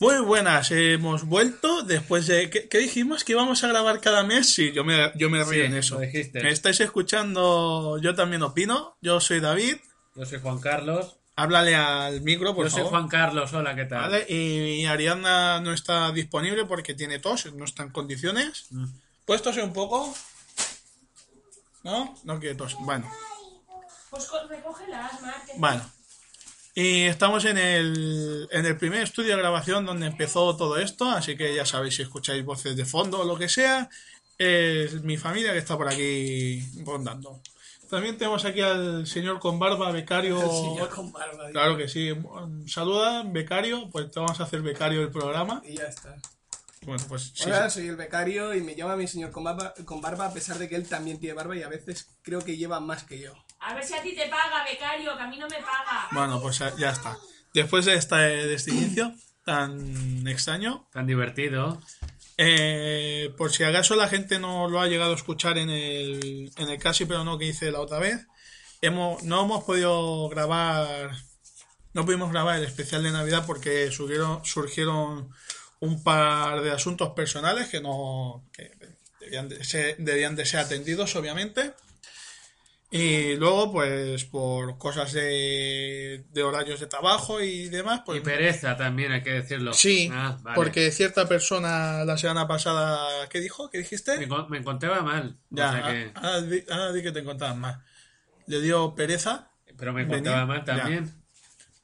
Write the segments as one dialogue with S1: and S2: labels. S1: Muy buenas, hemos vuelto después de... ¿Qué, qué dijimos? ¿Que íbamos a grabar cada mes? Sí, yo me, yo me río
S2: Sí,
S1: en eso.
S2: lo dijiste.
S1: Me estáis escuchando, yo también opino. Yo soy David.
S2: Yo soy Juan Carlos.
S1: Háblale al micro, por
S2: Yo soy
S1: favor.
S2: Juan Carlos, hola, ¿qué tal?
S1: Oh. ¿Vale? Y Ariadna no está disponible porque tiene tos, no está en condiciones.
S2: Mm.
S1: Pues tose un poco. ¿No? No quiere tos. Bueno,
S3: Pues co- recógelas, Mar. que-
S1: bueno. Y estamos en el, en el primer estudio de grabación donde empezó todo esto, así que ya sabéis si escucháis voces de fondo o lo que sea, es mi familia que está por aquí rondando. También tenemos aquí al señor con barba, becario
S4: Señor con barba. digo.
S1: Claro que sí. Mm, Saluda, becario. Pues te vamos a hacer becario del programa.
S4: Y ya está.
S1: Bueno, pues sí,
S4: Hola,
S1: sí.
S4: soy el becario y me llama mi señor con barba, con barba, a pesar de que él también tiene barba y a veces creo que lleva más que yo.
S3: A ver si a ti te paga, becario, que a mí no me paga.
S1: Bueno, pues ya ya está. Después de este, de este inicio tan extraño,
S2: Tan divertido.
S1: eh, por si acaso la gente no lo ha llegado a escuchar en el, en el casi, pero no que hice la otra vez, hemos, no hemos podido grabar, no pudimos grabar el especial de Navidad porque surgieron, surgieron un par de asuntos personales que no que debían de ser, debían de ser atendidos, obviamente. Y luego, pues, por cosas de, de horarios de trabajo y demás, pues
S2: Y pereza también, hay que decirlo.
S1: Sí,
S2: Ah, vale.
S1: porque cierta persona la semana pasada, ¿qué dijo? ¿Qué
S2: Me,
S1: dijiste?
S2: encon- me encontraba mal. o
S1: Ya,
S2: sea que-
S1: ah, ahora di, ahora di que te contaban más. Le dio pereza,
S2: pero me
S1: venía,
S2: encontraba mal
S1: ya.
S2: también.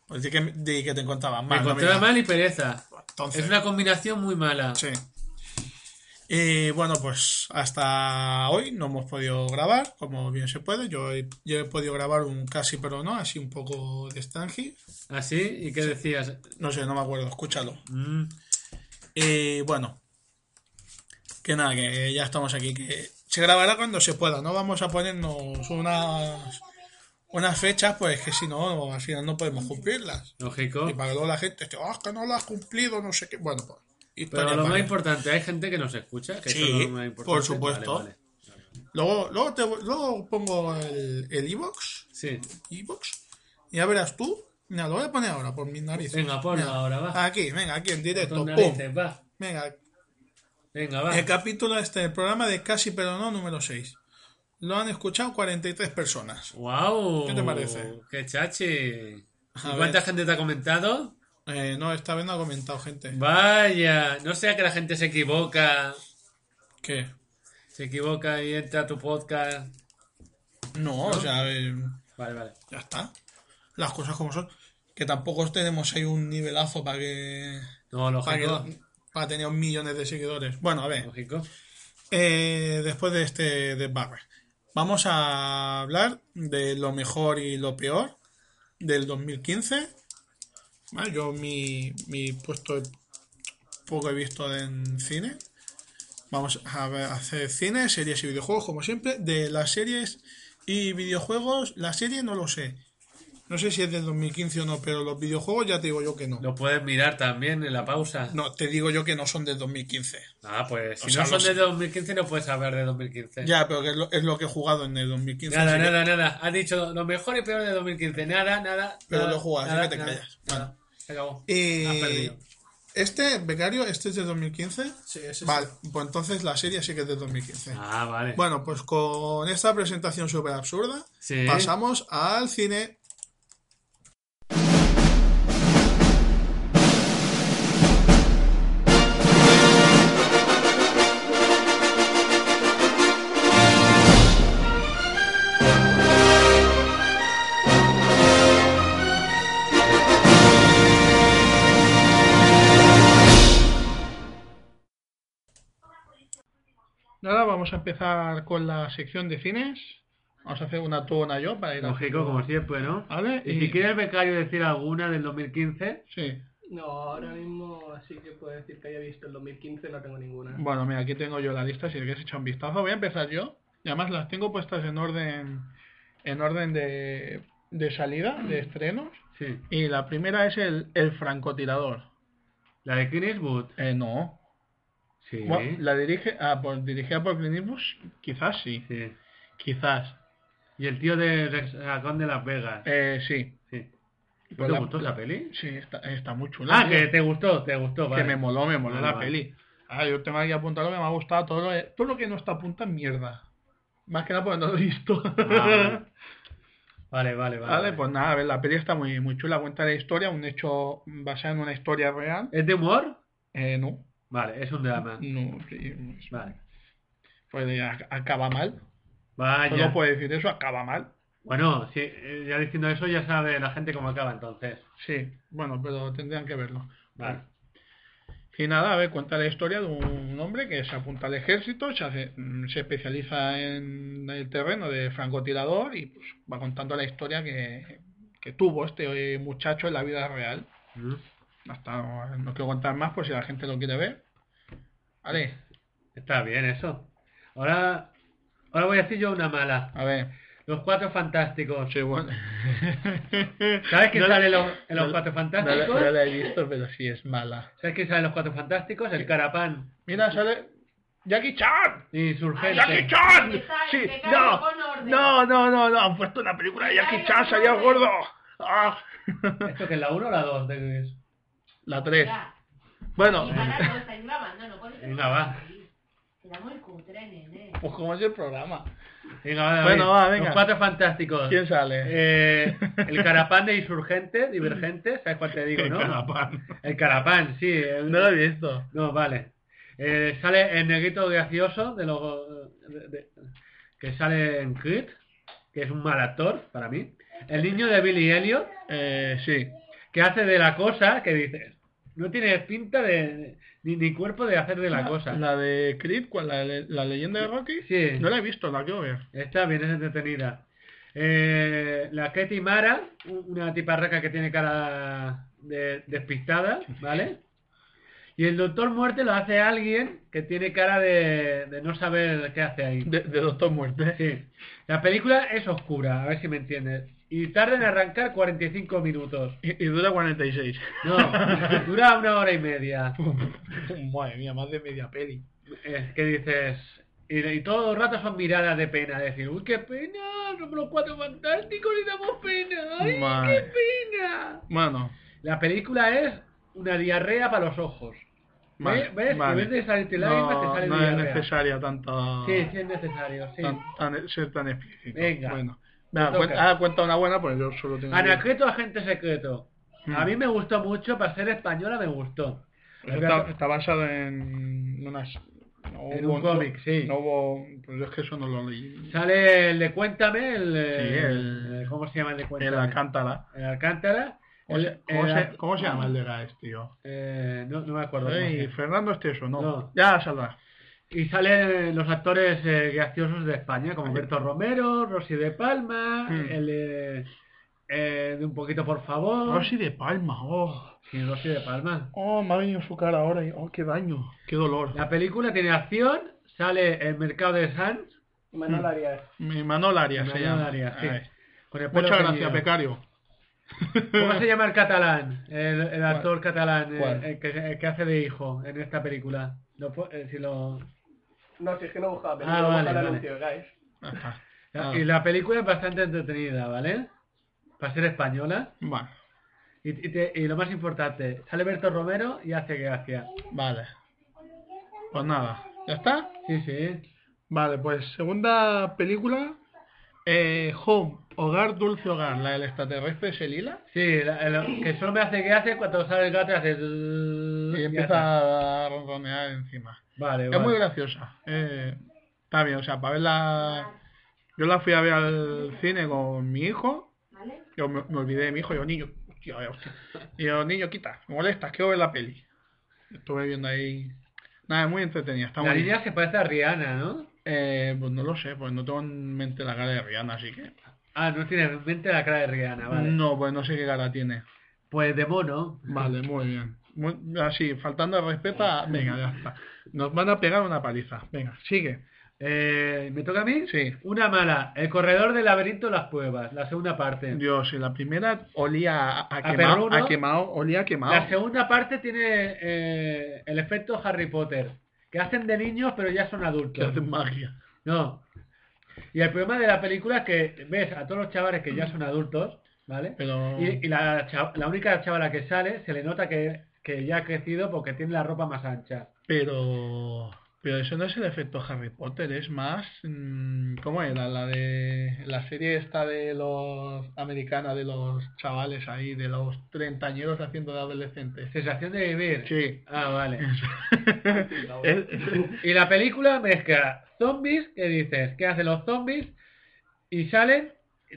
S1: pues di que, di que te contaban
S2: me
S1: más. la
S2: encontraba
S1: verdad.
S2: mal y pereza.
S1: Entonces,
S2: Es una combinación muy mala.
S1: sí. Y bueno, pues hasta hoy no hemos podido grabar, como bien se puede. Yo he, yo he podido grabar un casi, pero no, así un poco de Stangi.
S2: ¿Así? ¿Y qué decías?
S1: No sé, no me acuerdo, escúchalo.
S2: Mm,
S1: Y Eh, bueno, que nada, que ya estamos aquí, que se grabará cuando se pueda, ¿no? Vamos a ponernos unas, unas fechas, pues que si no, al final no podemos cumplirlas.
S2: lógico.
S1: Y para que luego la gente esté, ah, que no la has cumplido, no sé qué. Bueno, pues.
S2: Pero
S1: historia
S2: lo más
S1: para-
S2: importante, hay gente que nos escucha. Que
S1: Sí,
S2: eso es lo más
S1: por
S2: importante.
S1: supuesto.
S2: Vale, vale.
S1: Luego, luego, te, luego pongo el el iVoox,
S2: Sí.
S1: iVoox, y ya verás tú. Mira, lo voy a poner ahora por mis narices.
S2: Venga, ponlo
S1: Mira,
S2: ahora, va.
S1: Aquí, venga, aquí en directo.
S2: Con
S1: pum.
S2: narices, va.
S1: Venga,
S2: Venga, va.
S1: El capítulo este, el programa de Casi pero no, número 6. Lo han escuchado 43 personas.
S2: ¡Wow!
S1: ¿Qué te parece?
S2: ¡Qué chachi! ¿Y
S1: A
S2: ¿Cuánta
S1: ver.
S2: gente te ha comentado?
S1: Eh, no, esta vez no ha comentado gente.
S2: Vaya, no sea que la gente se equivoca,
S1: ¿Qué?
S2: se equivoca y entra a tu podcast.
S1: No, o sea, eh,
S2: Vale, vale.
S1: ya está. Las cosas como son. Que tampoco tenemos ahí un nivelazo para que.
S2: No,
S1: Para, que-
S2: lógico.
S1: para tener millones de seguidores. Bueno, a ver.
S2: Lógico.
S1: eh, después de este desbarre, vamos a hablar de lo mejor y lo peor del 2015. Vale, Yo mi, mi puesto poco he visto en cine. Vamos a ver- a hacer cine, series y videojuegos, como siempre. De las series y videojuegos, la serie no lo sé. No sé si es del 2015 o no, pero los videojuegos ya te digo yo que no.
S2: Lo puedes mirar también en la pausa.
S1: No, te digo yo que no son del 2015.
S2: Ah, pues
S1: O
S2: si no
S1: sea,
S2: son
S1: los-
S2: de 2015 no puedes hablar de 2015.
S1: Ya, pero que es lo, es lo que he jugado en el 2015.
S2: nada,
S1: así que-
S2: nada, nada. Has dicho lo mejor y peor de 2015. Nada, nada.
S1: Pero
S2: nada,
S1: lo juegas, así
S2: nada,
S1: que te
S2: nada,
S1: callas.
S2: nada.
S1: Bueno.
S2: Se acabó.
S1: Y-
S2: Has perdido.
S1: Este, Becario, este es de 2015.
S4: Sí, eso
S1: Vale, pues entonces la serie sí que es de 2015.
S2: Ah, vale.
S1: Bueno, pues con esta presentación súper absurda,
S2: Sí.
S1: pasamos al cine. Nada, vamos a empezar con la sección de cines. Vamos a hacer una tú, una yo para ir
S2: Lógico, como siempre, ¿no?
S1: ¿Vale?
S2: Y si quiere el becario decir alguna del 2015,
S1: Sí.
S4: No, ahora mismo así que puedo decir que haya visto el 2015, no tengo ninguna.
S1: Bueno, mira, aquí tengo yo la lista, si quieres echar un vistazo. Voy a empezar yo. Y además las tengo puestas en orden, en orden de, de salida, de estrenos.
S2: sí.
S1: Y la primera es el, el francotirador.
S2: La de Clint Eastwood,
S1: Eh, no.
S2: sí.
S1: Bueno, la dirige, ah, por, dirigida por Clint Eastwood, quizás sí.
S2: sí.
S1: Quizás.
S2: Y el tío de Rex Racón de ah, Las Vegas.
S1: Eh, sí.
S2: Sí.
S5: ¿No te gustó esa peli?
S1: Sí, está, está muy chula.
S2: Ah,
S1: tío.
S2: que te gustó, te gustó,
S1: Que
S2: vale.
S1: me moló, me moló
S5: Vale,
S1: la
S5: vale.
S1: peli. Ah, yo tengo aquí apuntado lo que me ha gustado. Todo lo, todo lo que no está apuntado es mierda. Más que nada porque no lo he visto.
S5: vale.
S2: Ah, Vale, vale, vale.
S1: Vale, pues nada, a ver, la peli está muy, muy chula. Cuenta la historia, un hecho basado en una historia real.
S2: ¿Es de humor?
S1: Eh, no,
S2: Vale, es un drama.
S1: no, sí, pues,
S2: Ah. Vale.
S1: pues, a- acaba mal.
S2: Vaya.
S1: Solo puedo decir eso, acaba mal.
S2: Bueno, sí, eh, ya diciendo eso ya sabe la gente cómo acaba entonces.
S1: Sí, bueno, pero tendrían que verlo.
S2: Vale.
S1: Y nada, a ver, cuenta la historia de un hombre que se apunta al ejército, se, hace- mm, se especializa en el terreno de francotirador y pues, va contando la historia que, que tuvo este eh, muchacho en la vida real.
S2: Mm.
S1: Hasta no, no quiero contar más por si la gente lo quiere ver. Vale,
S2: Está bien eso. Ahora, ahora voy a decir yo una mala.
S1: a ver.
S2: Los cuatro fantásticos.
S1: Sí, bueno.
S2: ¿Sabes quién
S1: No la-
S2: sale en los, en los
S1: no-
S2: cuatro
S1: no la-
S2: fantásticos?
S1: no la he visto, pero sí es mala.
S2: ¿Sabes quién sale en los cuatro fantásticos? El carapán.
S1: Mira, sale Jackie Chan. ¡Jackie
S2: Insurgente.
S1: Chan!
S3: Está
S1: Ah, Sí,
S3: impecable,
S1: no,
S3: con orden.
S1: no, no, no, no, han puesto una película de Jackie Chan, salía el gordo. Ah.
S2: ¿Esto que es la 1 o la 2?
S1: La 3.
S3: Ya.
S1: Bueno,
S3: Y para todo, estáis grabando, no podéis
S2: Venga, va.
S3: Queda muy cutre, nene.
S1: pues como es el programa.
S2: Venga, va, David.
S1: Bueno, va, venga.
S2: Los cuatro fantásticos.
S1: ¿Quién sale?
S2: Eh, el carapán de insurgente, divergente, ¿sabes cuál te digo, no?
S1: Carapán.
S2: El carapán, sí. el-
S1: No lo he visto.
S2: No, vale. Eh, sale el negrito gracioso de los de- de- que sale en Creed, que es un mal actor para mí. El niño de Billy Elliot,
S1: Eh, sí.
S2: que hace de la cosa, que dices, no tiene pinta de ni, ni cuerpo de hacer de la cosa.
S1: La de Creed, ¿cuál? ¿La, de- la leyenda de Rocky?
S2: Sí.
S1: No la he visto, la quiero ver.
S2: Está bien, es entretenida. Eh, la Ketty Mara, u- una tiparraca que tiene cara de, despistada, ¿vale? Y el Doctor Muerte lo hace alguien que tiene cara de, de no saber qué hace ahí.
S1: De, de Doctor Muerte.
S2: Sí. La película es oscura, a ver si me entiendes. Y tarda en arrancar 45 minutos.
S1: Y, y dura 46.
S2: No, dura una hora y media.
S1: Madre mía, más de media peli.
S2: Es que dices... Y, y todo el rato son miradas de pena, decir, uy, qué pena, somos los cuatro fantásticos y damos pena. ¡Ay,
S1: Madre.
S2: qué pena!
S1: Bueno,
S2: La película es una diarrea para los ojos. Ve-
S1: vale,
S2: ¿Ves?
S1: vale.
S2: En vez de salirte lágrimas, te
S1: no,
S2: sale
S1: no es
S2: diarrea.
S1: necesaria tanta...
S2: Sí, sí es necesario, sí.
S1: tan, tan- ser tan explícito.
S2: Venga.
S1: Bueno. Nada,
S2: toca.
S1: cuenta, ahora cuenta una buena, porque yo solo tengo.
S2: Anacleto, agente secreto. A
S1: Mm.
S2: mí me gustó mucho, para ser española me gustó.
S1: está, está basado en unas. no
S2: En
S1: hubo-
S2: un cómic, sí.
S1: No hubo. Pues yo es que eso no lo leí.
S2: Sale el de Cuéntame, el, eh,
S1: el-
S2: eh, ¿Cómo se llama el de
S1: El
S2: Cuéntame?
S1: Alcántara.
S2: El Alcántara.
S1: ¿Cómo,
S2: el-
S1: se, cómo
S2: el-
S1: se- cómo se llama el de Gaes, tío?
S2: eh, no, no me acuerdo. cómo se
S1: Ey,
S2: llama.
S1: Fernando Esteso, no.
S2: No.
S1: Ya saldrá.
S2: Y salen los actores eh, graciosos de España, como Humberto Romero, Rosy de Palma,
S1: Hmm.
S2: el eh, eh, de Un Poquito Por Favor.
S1: Rosy de Palma, oh.
S2: Sí, Rosy de Palma.
S1: Oh, me ha venido su cara ahora. y- Oh, qué daño, qué dolor.
S2: La película tiene acción, sale El Mercado de Sanz.
S1: Hmm.
S4: Manuel Arias.
S1: Mi Manol Arias se
S2: Manuel
S1: llama.
S2: Arias, sí.
S1: Ay.
S2: con el pelo
S1: Muchas gracias,
S2: teñido.
S1: Pecario.
S2: ¿Cómo se llama el catalán? El, el actor catalán, eh,
S1: ¿Cuál?
S2: El, que, el que hace de hijo en esta película. Lo pu- eh, si lo-
S4: No, si es que no buscaba, pero
S2: Ah,
S4: no
S2: vale,
S4: buscaba el
S2: vale.
S4: anuncio, guys.
S1: Ajá. Ah.
S2: Y la película es bastante entretenida, ¿vale? Para ser española.
S1: Bueno,
S2: Y, y te- y lo más importante, sale Berto Romero y hace gracia.
S1: vale. Pues nada, ¿ya está?
S2: Sí, sí.
S1: Vale, pues segunda película, eh, Home, Hogar, Dulce Hogar, la del extraterrestre es el Lila,
S2: Sí, la- el- que solo me hace gracia cuando sale el gato y hace... Y
S1: y
S2: ya está.
S1: empieza a ronronear encima.
S2: Vale,
S1: Es
S2: vale.
S1: muy graciosa, eh, está bien, o sea, para verla... Yo la fui a ver al cine con mi hijo,
S3: ¿Vale?
S1: yo me, me olvidé de mi hijo, yo niño, hostia, vaya hostia. Y yo, niño, quita, me molestas, quiero ver la peli. Estuve viendo ahí... Nada, es muy entretenida, está
S2: La
S1: muy bien.
S2: niña se parece a Rihanna, ¿no?
S1: Eh, pues no lo sé, pues no tengo en mente la cara de Rihanna, así que...
S2: Ah, no tiene en mente la cara de Rihanna, Ah, vale.
S1: No, pues no sé qué cara tiene.
S2: Pues de mono.
S1: Vale, muy bien. Muy- así, faltando al respeto, a- venga, ya está. Nos van a pegar una paliza. Venga, sigue.
S2: Eh, ¿Me toca a mí?
S1: Sí.
S2: Una mala. El corredor del laberinto de las cuevas, la segunda parte.
S1: Dios, si la primera olía a,
S2: A
S1: quemado,
S2: perruno.
S1: a quemado, olía a quemado.
S2: La segunda parte tiene eh, el efecto Harry Potter, que hacen de niños pero ya son
S1: que
S2: adultos.
S1: hacen magia.
S2: No. Y el problema de la película es que ves a todos los chavales que ya son adultos ¿vale?
S1: Pero.
S2: Y, y la, cha- la única chavala que sale se le nota que, que ya ha crecido porque tiene la ropa más ancha.
S1: Pero. Pero eso no es el efecto Harry Potter, es más. mm, ¿Cómo era? La de. La serie esta de los. Americana, de los chavales ahí, de los treintañeros haciendo de adolescentes.
S2: Sensación de vivir.
S1: Sí.
S2: Ah, vale.
S1: Es- es-
S2: Y la película mezcla zombies, que dices, ¿qué hacen los zombies? Y salen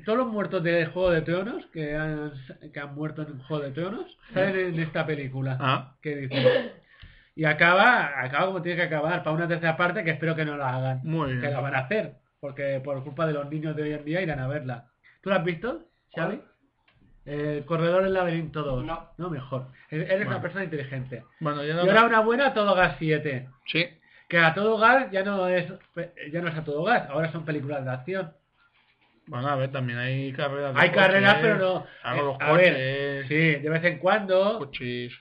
S2: todos los muertos del Juego de Tronos, que han, que han muerto en Juego de Tronos, salen en esta película.
S1: Ah,
S2: ¿Qué dices? Y acaba, acaba como tiene que acabar, para una tercera parte que espero que no la hagan.
S1: muy bien.
S2: Que la van a hacer, porque por culpa de los niños de hoy en día irán a verla. ¿Tú la has visto, Xavi? El corredor del laberinto 2.
S4: No.
S2: No, mejor. Eres
S1: Bueno.
S2: una persona inteligente.
S1: Bueno, ya
S2: Y
S1: no.
S2: ahora una buena, todo gas 7.
S1: Sí.
S2: Que a todo gas ya no es ya no es a todo gas, ahora son películas de acción.
S1: Bueno, a ver, también hay carreras. de
S2: Hay carreras,
S1: coches,
S2: pero no.
S1: Hago los
S2: eh, a ver,
S1: coches.
S2: sí, de vez en cuando.
S1: Coches.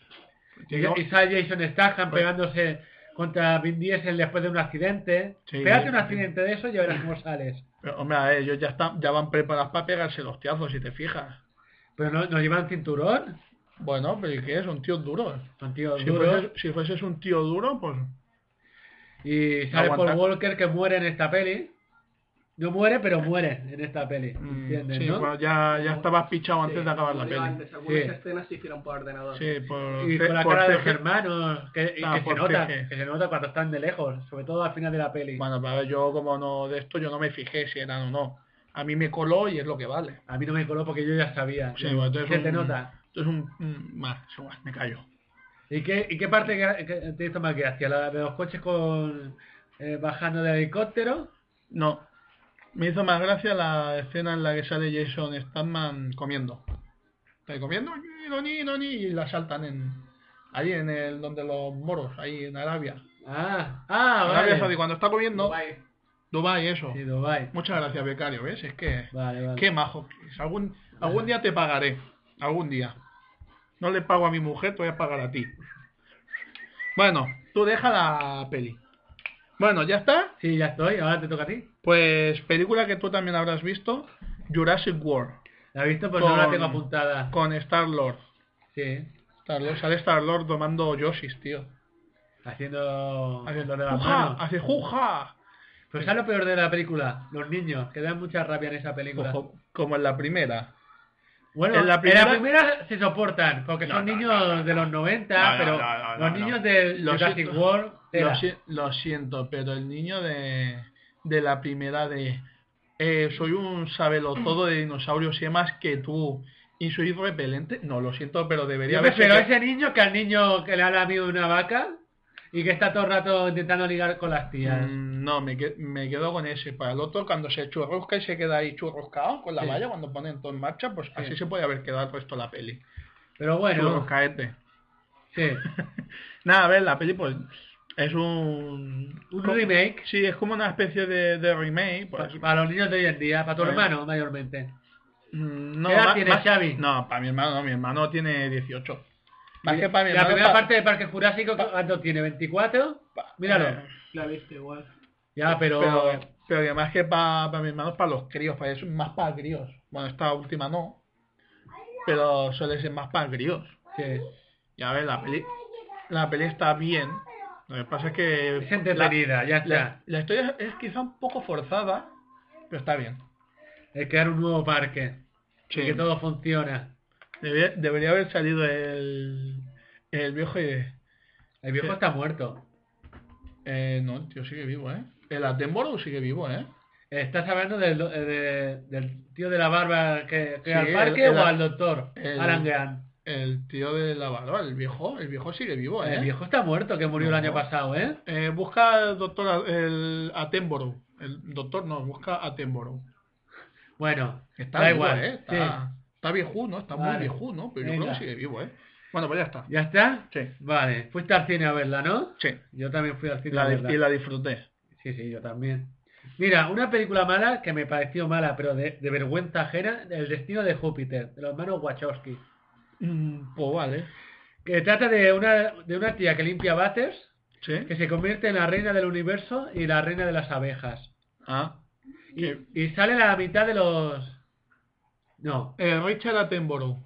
S2: Y,
S1: Llega-
S2: y sale Jason Statham
S1: Pues-
S2: pegándose contra Vin Diesel después de un accidente.
S1: Sí.
S2: Pégate un accidente de eso y ya verás cómo sales.
S1: Pero, hombre, a ver, ellos ya, están, ya van preparados para pegarse los tiazos, si te fijas.
S2: Pero no, nos llevan cinturón.
S1: Bueno, pero ¿y qué? Son tíos duros.
S2: Son tíos
S1: Si,
S2: duros.
S1: Fueses, si fueses un tío duro, pues...
S2: Y sale
S1: No
S2: Paul
S1: aguanta.
S2: Walker que muere en esta peli. No muere, pero muere en esta peli.
S1: mm,
S2: ¿Entiendes?
S1: sí,
S2: no?
S1: bueno, ya, ya estabas pichado antes
S4: Sí,
S1: de acabar la
S4: como digo
S1: peli.
S4: antes, algunas
S2: Sí.
S4: escenas se hicieron por ordenador.
S1: Sí, por,
S2: Y
S1: C-
S2: con la
S1: por
S2: cara de los
S1: CG.
S2: hermanos, que, y
S1: Ah,
S2: que se
S1: por
S2: nota,
S1: CG.
S2: que se nota cuando están de lejos, sobre todo al final de la peli.
S1: Bueno, para ver, yo como no de esto, yo no me fijé si eran o no. A mí me coló y es lo que vale.
S2: A mí no me coló porque yo ya sabía.
S1: Sí, bueno, entonces
S2: se
S1: un-
S2: te nota.
S1: Esto es un... un- más, eso más, me callo.
S2: ¿Y qué, y qué parte que- que te hizo más gracia? ¿La de los coches con eh, bajando del helicóptero?
S1: No. Me hizo más gracia la escena en la que sale Jason Statham comiendo. Está ahí comiendo, "Ni, no, ni, no, ni", y la saltan en... Ahí en el... donde los moros, ahí en Arabia.
S2: Ah, ah,
S1: Arabia
S2: vale.
S1: Saudí, cuando está comiendo... Dubai,
S4: Guay.
S1: eso.
S2: Sí, Dubái.
S1: Muchas gracias, becario, ¿ves? Es que...
S2: Vale, vale.
S1: Qué majo. que es. Algún, algún día te pagaré. Algún día. No le pago a mi mujer, te voy a pagar a ti. Bueno, tú deja la peli. Bueno, ¿ya está?
S2: Sí, ya estoy, ahora te toca a ti.
S1: Pues película que tú también habrás visto, Jurassic World,
S2: ¿La has visto? Pues no
S1: Con-
S2: la tengo apuntada.
S1: con Star Lord.
S2: Sí.
S1: sale Star Lord tomando Yoshis, tío.
S2: Haciendo...
S1: Hace
S2: Haciendo de las
S1: juja,
S2: manos.
S1: hace juja.
S2: Pero ¿sabes lo peor de la película? Los niños, que dan mucha rabia en esa película.
S1: Ojo, como en la primera.
S2: Bueno,
S1: En
S2: en
S1: la
S2: la,
S1: primera-
S2: primera se soportan, porque
S1: No,
S2: son
S1: no,
S2: niños de los 90,
S1: No, no,
S2: pero
S1: no, no,
S2: los
S1: no,
S2: niños
S1: no.
S2: de
S1: Lo
S2: Jurassic
S1: siento.
S2: World...
S1: Lo,
S2: tela.
S1: si- lo siento, pero el niño de, de la primera de... eh, soy un sabelotodo de dinosaurios y más que tú. Y soy repelente. No, lo siento, pero debería
S2: Yo
S1: haber...
S2: prefiero a ese niño que al niño que le ha lamido una vaca y que está todo el rato intentando ligar con las tías.
S1: Mm, No, me, que- me quedo con ese. Para el otro, cuando se churrusca y se queda ahí churruscado con la
S2: Sí.
S1: valla, cuando ponen todo en marcha, pues así se puede haber quedado el resto de la peli.
S2: Pero bueno,
S1: Churruscaete.
S2: sí.
S1: Nada, a ver, la peli pues es un...
S2: Un
S1: co-
S2: remake
S1: Sí, es como una especie de, de remake.
S2: pa-
S1: Pues,
S2: para los niños de hoy en día, para tu
S1: Bueno.
S2: hermano mayormente.
S1: mm, no,
S2: ¿Qué edad
S1: ma-
S2: tiene
S1: más-
S2: Xavi?
S1: No, para mi hermano no, mi hermano tiene 18. Más que para mi
S2: la
S1: hermano...
S2: primera
S1: pa-
S2: parte de Parque Jurásico, ¿cuánto tiene? ¿24?
S1: pa-
S2: míralo.
S1: eh,
S4: La viste igual.
S2: Ya, pero...
S1: Pero, pero que más que para mis hermanos, para los críos, para eso es más para críos. Bueno, esta última no, pero suele ser más para críos.
S2: sí.
S1: Ya ves, la peli, la peli está bien. Lo que pasa es que...
S2: Es entretenida, ya
S1: La, la-
S2: está.
S1: la historia es quizá un poco forzada, pero está bien.
S2: Es crear un nuevo parque.
S1: Sí.
S2: Y que todo funciona.
S1: Debería, debería haber salido el, el viejo y...
S2: El viejo
S1: Sí.
S2: está muerto.
S1: Eh, no, el tío sigue vivo, ¿eh? El Attenborough sigue vivo, ¿eh?
S2: ¿Estás hablando del, do- eh, de- del tío de la barba que, que
S1: Sí,
S2: al parque
S1: el- el-
S2: o al doctor?
S1: el-
S2: Alan Grant.
S1: El tío de la barba, el viejo, el viejo sigue vivo, ¿eh?
S2: El viejo está muerto, que murió
S1: No.
S2: el año pasado, ¿eh?
S1: Eh, busca al doctor a- el Attenborough. El doctor no, busca Attenborough.
S2: Bueno,
S1: Está
S2: da
S1: vivo,
S2: igual.
S1: ¿eh? Está, está viejo, ¿no? Está
S2: Vale.
S1: muy viejo, ¿no? Pero yo
S2: Venga.
S1: creo que sigue vivo, ¿eh? Bueno, pues ya está.
S2: sí. ¿Ya está?
S1: Sí,
S2: Vale, fuiste al cine a verla, ¿no?
S1: sí.
S2: Yo también fui al cine
S1: La
S2: a
S1: di-
S2: verla.
S1: y la disfruté.
S2: Sí, sí, yo también. Mira, una película mala que me pareció mala, pero de, de vergüenza ajena, El destino de Júpiter, de los hermanos Wachowski.
S1: Mm, pues vale.
S2: Que trata de una, de una tía que limpia bates
S1: Sí.
S2: que se convierte en la reina del universo y la reina de las abejas.
S1: Ah.
S2: Y, y sale la mitad de los No,
S6: Eh, Richard Attenborough.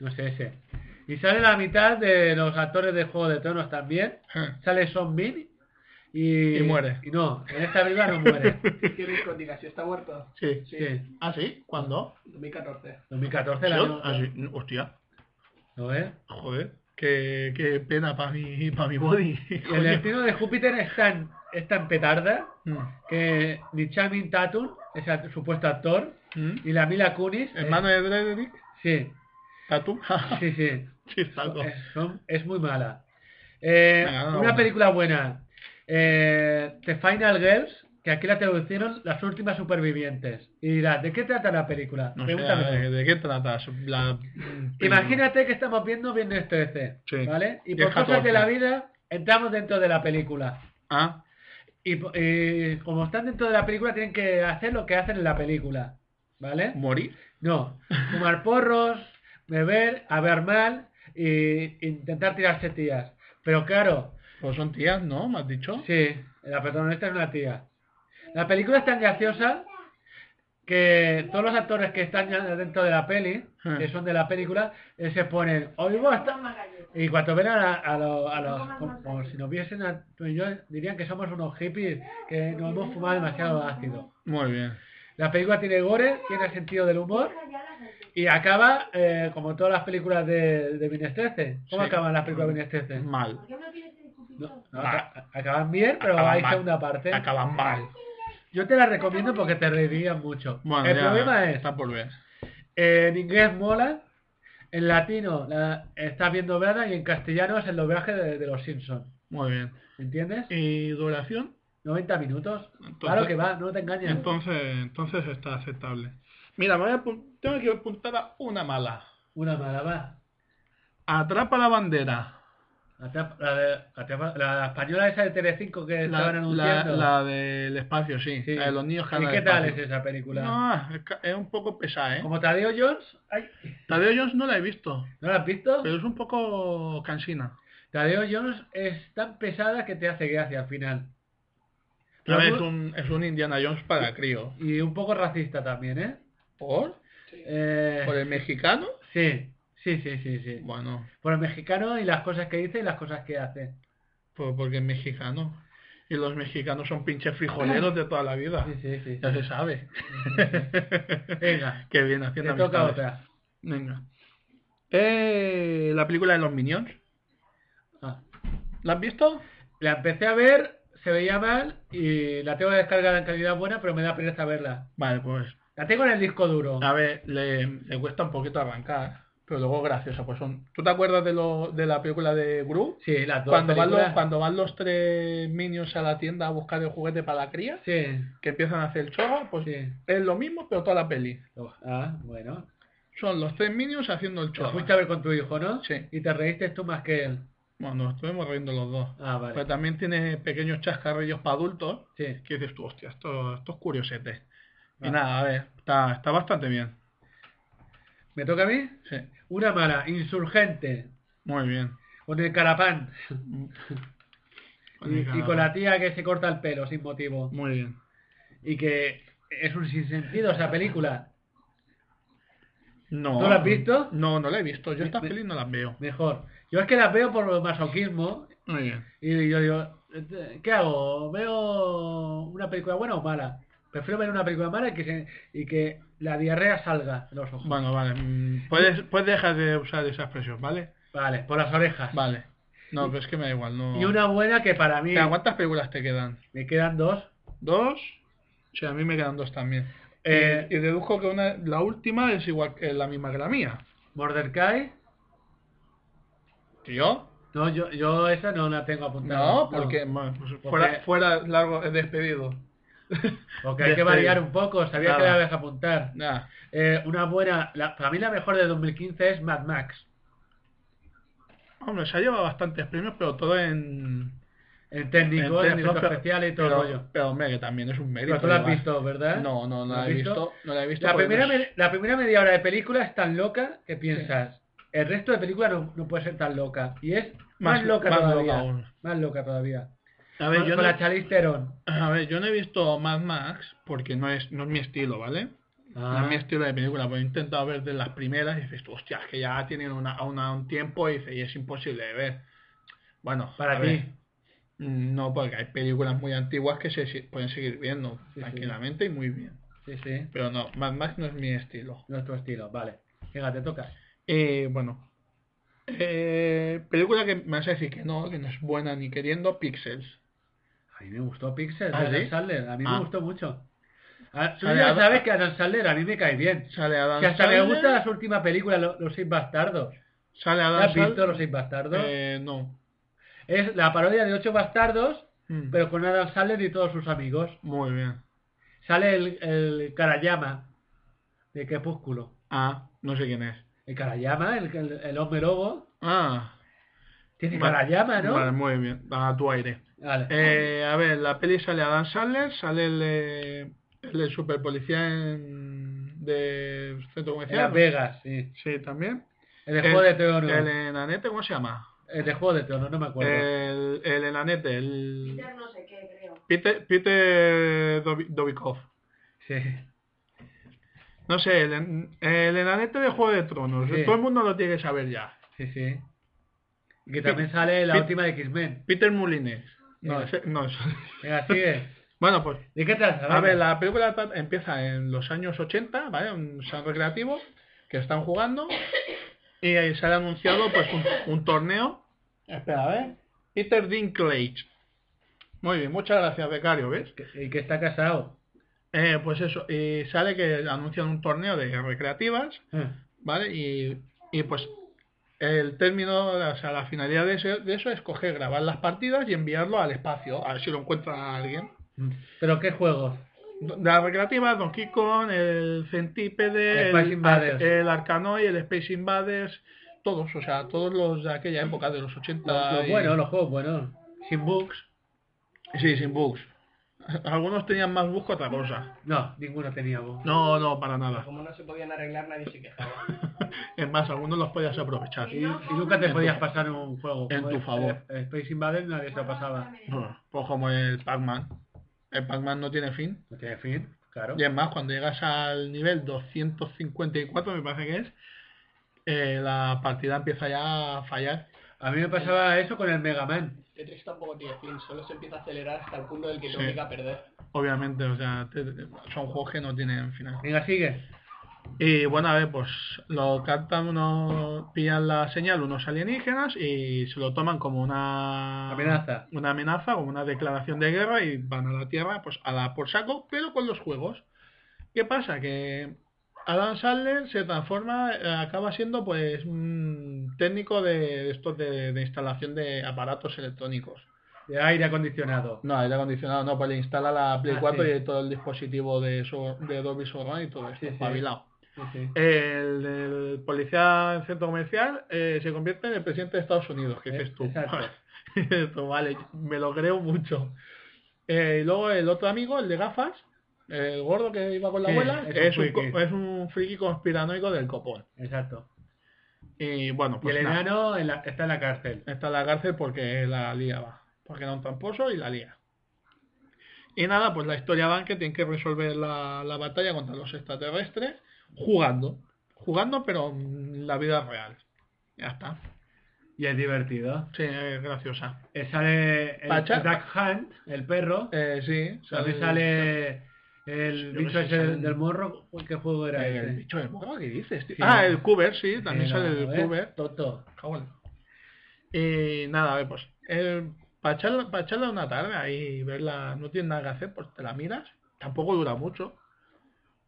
S2: no sé ese. Y sale la mitad de los actores de Juego de Tronos también.
S6: Eh,
S2: Sale Sean Bean y...
S6: Y muere.
S2: Y no, en esta película no muere.
S4: ¿Quieres que os diga si está muerto?
S6: Sí.
S2: Sí,
S6: ¿Ah, sí? ¿Cuándo?
S4: 2014.
S2: 2014 la
S6: ¿Sí? Ah,
S2: año...
S6: sí. Hostia.
S2: ¿No eh? ves?
S6: Joder. Qué, Eh, qué pena para mi, pa mi body.
S2: El destino de Júpiter es tan, es tan petarda
S6: Mm.
S2: que ni Channing Tatum, ese act- supuesto actor,
S6: Mm.
S2: y la Mila Kunis... eh,
S6: ¿Hermano de Frederick?
S2: Sí,
S6: ¿Tatum?
S2: sí, sí.
S6: sí, salgo.
S2: Es, son- es muy mala. Eh,
S6: Venga, no,
S2: una
S6: bueno.
S2: película buena. Eh, The Final Girls, que aquí la traducieron las últimas supervivientes. Y dirás, ¿de qué trata la película?
S6: No sé,
S2: Pregúntame.
S6: ¿de, de qué tratas? La-
S2: Imagínate que estamos viendo Viernes 13,
S6: Sí.
S2: ¿vale? Y
S6: Y
S2: por
S6: es
S2: cosas de
S6: 14.
S2: la vida entramos dentro de la película.
S6: Ah,
S2: Y, po- y como están dentro de la película tienen que hacer lo que hacen en la película, ¿vale?
S6: morir.
S2: No, fumar porros, beber, hablar mal e intentar tirarse tías. Pero claro,
S6: Pues son tías, ¿no? ¿Me has dicho?
S2: sí, la protagonista es una tía. La película es tan graciosa que todos los actores que están ya dentro de la peli,
S6: Hmm.
S2: que son de la película, eh, se ponen, oigo
S7: Son
S2: hasta...
S7: más galletas.
S2: Y cuando ven a, la- a lo- a los... como, como si nos viesen a tú y yo, dirían que somos unos hippies, que nos hemos fumado demasiado ácido.
S6: Muy bien.
S2: La película tiene gore, tiene sentido del humor y acaba eh, como todas las películas de, de Viernes 13. ¿Cómo
S6: Sí.
S2: acaban las películas de Viernes 13?
S6: Mal.
S7: ¿Por qué no tienes discutir
S2: No,
S7: todo?
S2: no,
S6: Va.
S2: aca- acaban bien, pero
S6: Ah. Acaban
S2: hay
S6: mal.
S2: segunda parte.
S6: Acaban mal.
S2: Yo te la recomiendo porque te reirías mucho.
S6: Bueno,
S2: El
S6: ya
S2: problema es,
S6: Está por ver.
S2: eh, en inglés mola, en latino la, estás bien doblada y en castellano es el doblaje de, de los Simpsons.
S6: Muy bien.
S2: ¿Entiendes?
S6: ¿Y duración?
S2: 90 minutos.
S6: Entonces-
S2: claro que va, no te engañes.
S6: Entonces, entonces está aceptable. Mira, me voy a apun- tengo que apuntar a una mala.
S2: Una mala va.
S6: Atrapa la bandera.
S2: Atrapa- la, de- atrapa- la española esa de Telecinco que
S6: La,
S2: estaban
S6: la,
S2: anunciando.
S6: la del espacio, sí.
S2: Sí.
S6: La de los niños
S2: ¿Y
S6: que andan
S2: qué
S6: al
S2: tal es
S6: espacio.
S2: esa película?
S6: No, eh. es ca- es un poco pesada, ¿eh?
S2: Como Tadeo Jones, ay,
S6: Tadeo Jones no la he visto,
S2: ¿no la has visto?
S6: pero es un poco cansina.
S2: Tadeo Jones es tan pesada que te hace gracia al final.
S6: A
S2: Pero
S6: ver,
S2: tú-
S6: es un, es un Indiana Jones para crío.
S2: Y un poco racista también, ¿eh?
S6: ¿Por?
S2: Eh,
S6: ¿Por el mexicano?
S2: Sí, sí, sí, sí, sí.
S6: Bueno,
S2: Por el mexicano y las cosas que dice y las cosas que hace.
S6: pues porque es mexicano. Y los mexicanos son pinches frijoleros de toda la vida.
S2: Sí, sí, sí.
S6: Ya se sabe.
S2: Venga,
S6: Qué bien, haciendo
S2: te toca
S6: amistades.
S2: otra.
S6: Venga. Eh, la película de los Minions.
S2: Ah.
S6: ¿La has visto?
S2: La empecé a ver, se veía mal y la tengo descargada en calidad buena, pero me da pereza verla.
S6: Vale, pues.
S2: La tengo en el disco duro.
S6: A ver, le, le cuesta un poquito arrancar, pero luego graciosa. Pues son. ¿Tú te acuerdas de, lo, de la película de Gru?
S2: Sí, las dos
S6: Cuando van, los,
S2: películas.
S6: cuando van los tres minions a la tienda a buscar el juguete para la cría,
S2: Sí,
S6: que empiezan a hacer el chorro, pues
S2: sí.
S6: es lo mismo, pero toda la peli.
S2: Ah, bueno.
S6: Son los tres minions haciendo el
S2: Te
S6: chorro.
S2: fuiste a ver con tu hijo, ¿no?
S6: Sí.
S2: Y te reíste tú más que él.
S6: Bueno, nos estuvimos riendo los dos.
S2: Ah, vale.
S6: Pero también tiene pequeños chascarrillos para adultos.
S2: Sí.
S6: que dices tú, hostia, esto, esto es curiosete. Y
S2: Ah.
S6: nada, a ver, está, está bastante bien.
S2: ¿Me toca a mí?
S6: Sí,
S2: Una mala, insurgente,
S6: muy bien.
S2: con el carapán
S6: Con
S2: y,
S6: el
S2: y con la tía que se corta el pelo sin motivo.
S6: Muy bien.
S2: Y que es un sinsentido esa película.
S6: No,
S2: ¿No la has visto?
S6: No, no la he visto. Yo
S2: Me-
S6: estas
S2: me-
S6: pelis no las veo.
S2: Mejor. Yo es que las veo por masoquismo
S6: Muy bien.
S2: y yo digo, ¿qué hago? ¿Veo una película buena o mala? Prefiero ver una película mala y que, se- y que la diarrea salga de los ojos.
S6: Bueno, vale. mm, Puedes, puedes dejar de usar esa expresión, ¿vale?
S2: Vale, por las orejas.
S6: Vale. No, pero es que me da igual. No.
S2: Y una buena que para mí
S6: Espera, ¿Cuántas películas te quedan?
S2: me quedan dos.
S6: ¿Dos? Sí, a mí me quedan dos también.
S2: Eh,
S6: y dedujo que una, la última es igual que la misma que la mía.
S2: Mordecai.
S6: ¿Tío?
S2: No, yo, yo esa no la tengo apuntada.
S6: No, porque ma, pues, fuera, fuera largo, eh, despedido.
S2: Porque hay que
S6: Despedido.
S2: variar un poco, sabía que
S6: Nada.
S2: la ibas a apuntar.
S6: Nada.
S2: Eh, una buena, la, para mí la mejor de 2015 es Mad Max.
S6: Hombre, se ha llevado bastantes premios, pero todo en...
S2: El técnico,
S6: en
S2: el
S6: técnico,
S2: efecto
S6: pero-
S2: especial y todo
S6: pero,
S2: el rollo.
S6: pero, hombre, que también es un mérito.
S2: Pero tú la has
S6: llevar.
S2: visto, ¿verdad?
S6: No, no, no
S2: ¿La
S6: la
S2: has
S6: he
S2: visto?
S6: visto. No la he visto.
S2: La
S6: porque
S2: primera,
S6: no es-
S2: me- la primera media hora de película es tan loca que piensas, el resto de película no, no puede ser tan loca. Y es más,
S6: Más-
S2: loca
S6: más loca
S2: todavía.
S6: aún.
S2: más loca todavía.
S6: A ver,
S2: con
S6: yo
S2: con
S6: no...
S2: la Charlize Theron.
S6: A ver, yo no he visto Mad Max porque no es, no es mi estilo, ¿vale? No es mi
S2: Ah,
S6: estilo de película, pero he intentado ver de las primeras y dices, tú, hostia, es que ya tienen una, una- un tiempo y, dices, y es imposible de ver. Bueno, a
S2: para
S6: ver,
S2: ti.
S6: mm, no, porque hay películas muy antiguas que se si- pueden seguir viendo
S2: sí.
S6: tranquilamente y muy bien.
S2: Sí, sí.
S6: Pero no, Mad Max no es mi estilo.
S2: Nuestro estilo, vale. Venga, te toca.
S6: Eh, bueno, Eh, película que me vas a decir que no, que no es buena ni queriendo, Pixels.
S2: A mí me gustó Pixel,
S6: ¿Ah,
S2: de Adam
S6: sí?
S2: Sandler. A mí
S6: Ah.
S2: me gustó mucho. A- tú
S6: Sale
S2: ya
S6: Adam-
S2: sabes que Adam Sandler a mí me cae bien.
S6: Sale Adam
S2: Que hasta me
S6: Sandler,
S2: gustan las últimas películas, Lo- Los Seis Bastardos.
S6: Sale Adam
S2: ¿Has visto
S6: Sandler,
S2: Los Seis Bastardos?
S6: eh, no.
S2: Es la parodia de Ocho Bastardos,
S6: Mm,
S2: pero con Adam Sandler y todos sus amigos.
S6: Muy bien.
S2: Sale el, el Karayama de Crepúsculo.
S6: Ah, no sé quién es.
S2: El Karayama, el, el, el hombre lobo.
S6: Ah.
S2: Tiene
S6: Vale.
S2: Karayama, ¿no?
S6: Vale, muy bien, a tu aire.
S2: Vale.
S6: Eh, a ver, la peli sale Adam Sandler, sale el, eh, el super policía en, de
S2: en
S6: centro comercial.
S2: Las Vegas, sí.
S6: Sí, también.
S2: El de Juego de Tronos.
S6: el eh, enanete, ¿cómo se llama?
S2: El de Juego de Tronos, no me acuerdo.
S6: El, el enanete, el
S8: Peter no sé qué, creo.
S6: Peter, Peter Dobi- Dobikov.
S2: Sí.
S6: No sé, el, en- el enanete de Juego de Tronos.
S2: Sí.
S6: Todo el mundo lo tiene que saber ya.
S2: Sí, sí. Y que también sale la
S6: Pit-
S2: última de X-Men.
S6: Peter Mullines. No,
S2: Venga.
S6: ese- no, eso-
S2: Venga, sigue.
S6: Bueno, pues
S2: ¿De qué tal?
S6: A ver, la película ta- empieza en los años 80, ¿vale? Un san recreativo que están jugando y ahí se ha anunciado pues un, un torneo. Espera, a ver. Peter Dinklage. Muy bien, muchas gracias, becario, ¿ves?
S2: Y que está casado.
S6: Eh, pues eso, y sale que anuncian un torneo de recreativas,
S2: Eh,
S6: ¿vale? Y, y, pues el término, o sea, la finalidad de eso, de eso es coger, grabar las partidas y enviarlo al espacio, a ver si lo encuentra alguien.
S2: ¿Pero qué juego?
S6: La recreativa, Donkey Kong, el Centípede,
S2: El
S6: el,
S2: Space Invaders.
S6: el Arcanoi, el Space Invaders, todos, o sea, todos los de aquella época de los 80.
S2: Los
S6: y-
S2: buenos, los juegos buenos. Sin bugs.
S6: Sí, sin bugs. Algunos tenían más bugs que otra cosa.
S2: No, ninguno tenía bugs.
S6: No, no, para nada.
S4: Como no se podían arreglar, nadie se quejaba.
S6: Es más, algunos los podías aprovechar.
S2: Y, y nunca te podías pasar un juego.
S6: En
S2: como
S6: tu
S2: el-
S6: favor.
S2: el Space Invaders nadie se lo pasaba.
S6: Bueno, Pues como el Pac-Man. El Pac-Man no tiene fin.
S2: No tiene fin, claro.
S6: Y es más, cuando llegas al nivel 254, me parece que es, eh, la partida empieza ya a fallar.
S2: A mí me pasaba eso con el Mega Man.
S4: Tetris tampoco tiene fin, solo se empieza a acelerar hasta el punto del que te
S6: Sí.
S4: obliga a perder.
S6: Obviamente, o sea, te- te- son juegos que no tienen final.
S2: Venga, sigue.
S6: Y bueno, a ver, pues lo captan unos, pillan la señal unos alienígenas y se lo toman como una
S2: Amenaza.
S6: una amenaza, como una declaración de guerra y van a la Tierra, pues a la por saco, pero con los juegos. ¿Qué pasa? Que Adam Sandler se transforma, eh, acaba siendo pues un técnico de, de estos de- de instalación de aparatos electrónicos.
S2: De aire acondicionado.
S6: No, aire acondicionado no, pues le instala la Play
S2: Ah,
S6: 4
S2: sí.
S6: y todo el dispositivo de, so- de Dolby Surround y todo esto,
S2: Sí, sí.
S6: espabilado.
S2: Sí, sí.
S6: El, el policía en centro comercial eh, se convierte en el presidente de Estados Unidos, que
S2: Eh,
S6: dices tú.
S2: exacto.
S6: Dices tú, vale, me lo creo mucho. Eh, y luego el otro amigo, el de gafas, el gordo que iba con la
S2: Sí,
S6: abuela,
S2: es un
S6: es un, co-
S2: friki.
S6: es un friki conspiranoico del copón.
S2: Exacto.
S6: Y bueno,
S2: Y
S6: pues
S2: el
S6: nada,
S2: enano en la- está en la cárcel.
S6: está en la cárcel porque la liaba. Porque era un tramposo y la lía. Y nada, pues la historia va en que tienen que resolver la, la batalla contra los extraterrestres jugando. Jugando, pero en la vida real. Ya está.
S2: Y es divertido.
S6: Sí, es graciosa.
S2: Eh, sale el
S6: Pacha.
S2: Duck Hunt, el perro.
S6: Eh, sí,
S2: También sale el
S6: Yo
S2: bicho
S6: no sé,
S2: ese
S6: salen-
S2: del morro. Uy, ¿Qué juego era
S6: el,
S2: ese?
S6: bicho del morro, ¿qué dices? tío?
S2: Sí,
S6: ah,
S2: no.
S6: el Cooper, sí, también
S2: Eh,
S6: sale
S2: no, a
S6: el
S2: ver,
S6: Coober.
S2: Toto.
S6: Cabrón. Y nada, a ver, pues, el, para, echarla, pa' echarla una tarde ahí, verla, no tienes nada que hacer, pues te la miras. Tampoco dura mucho.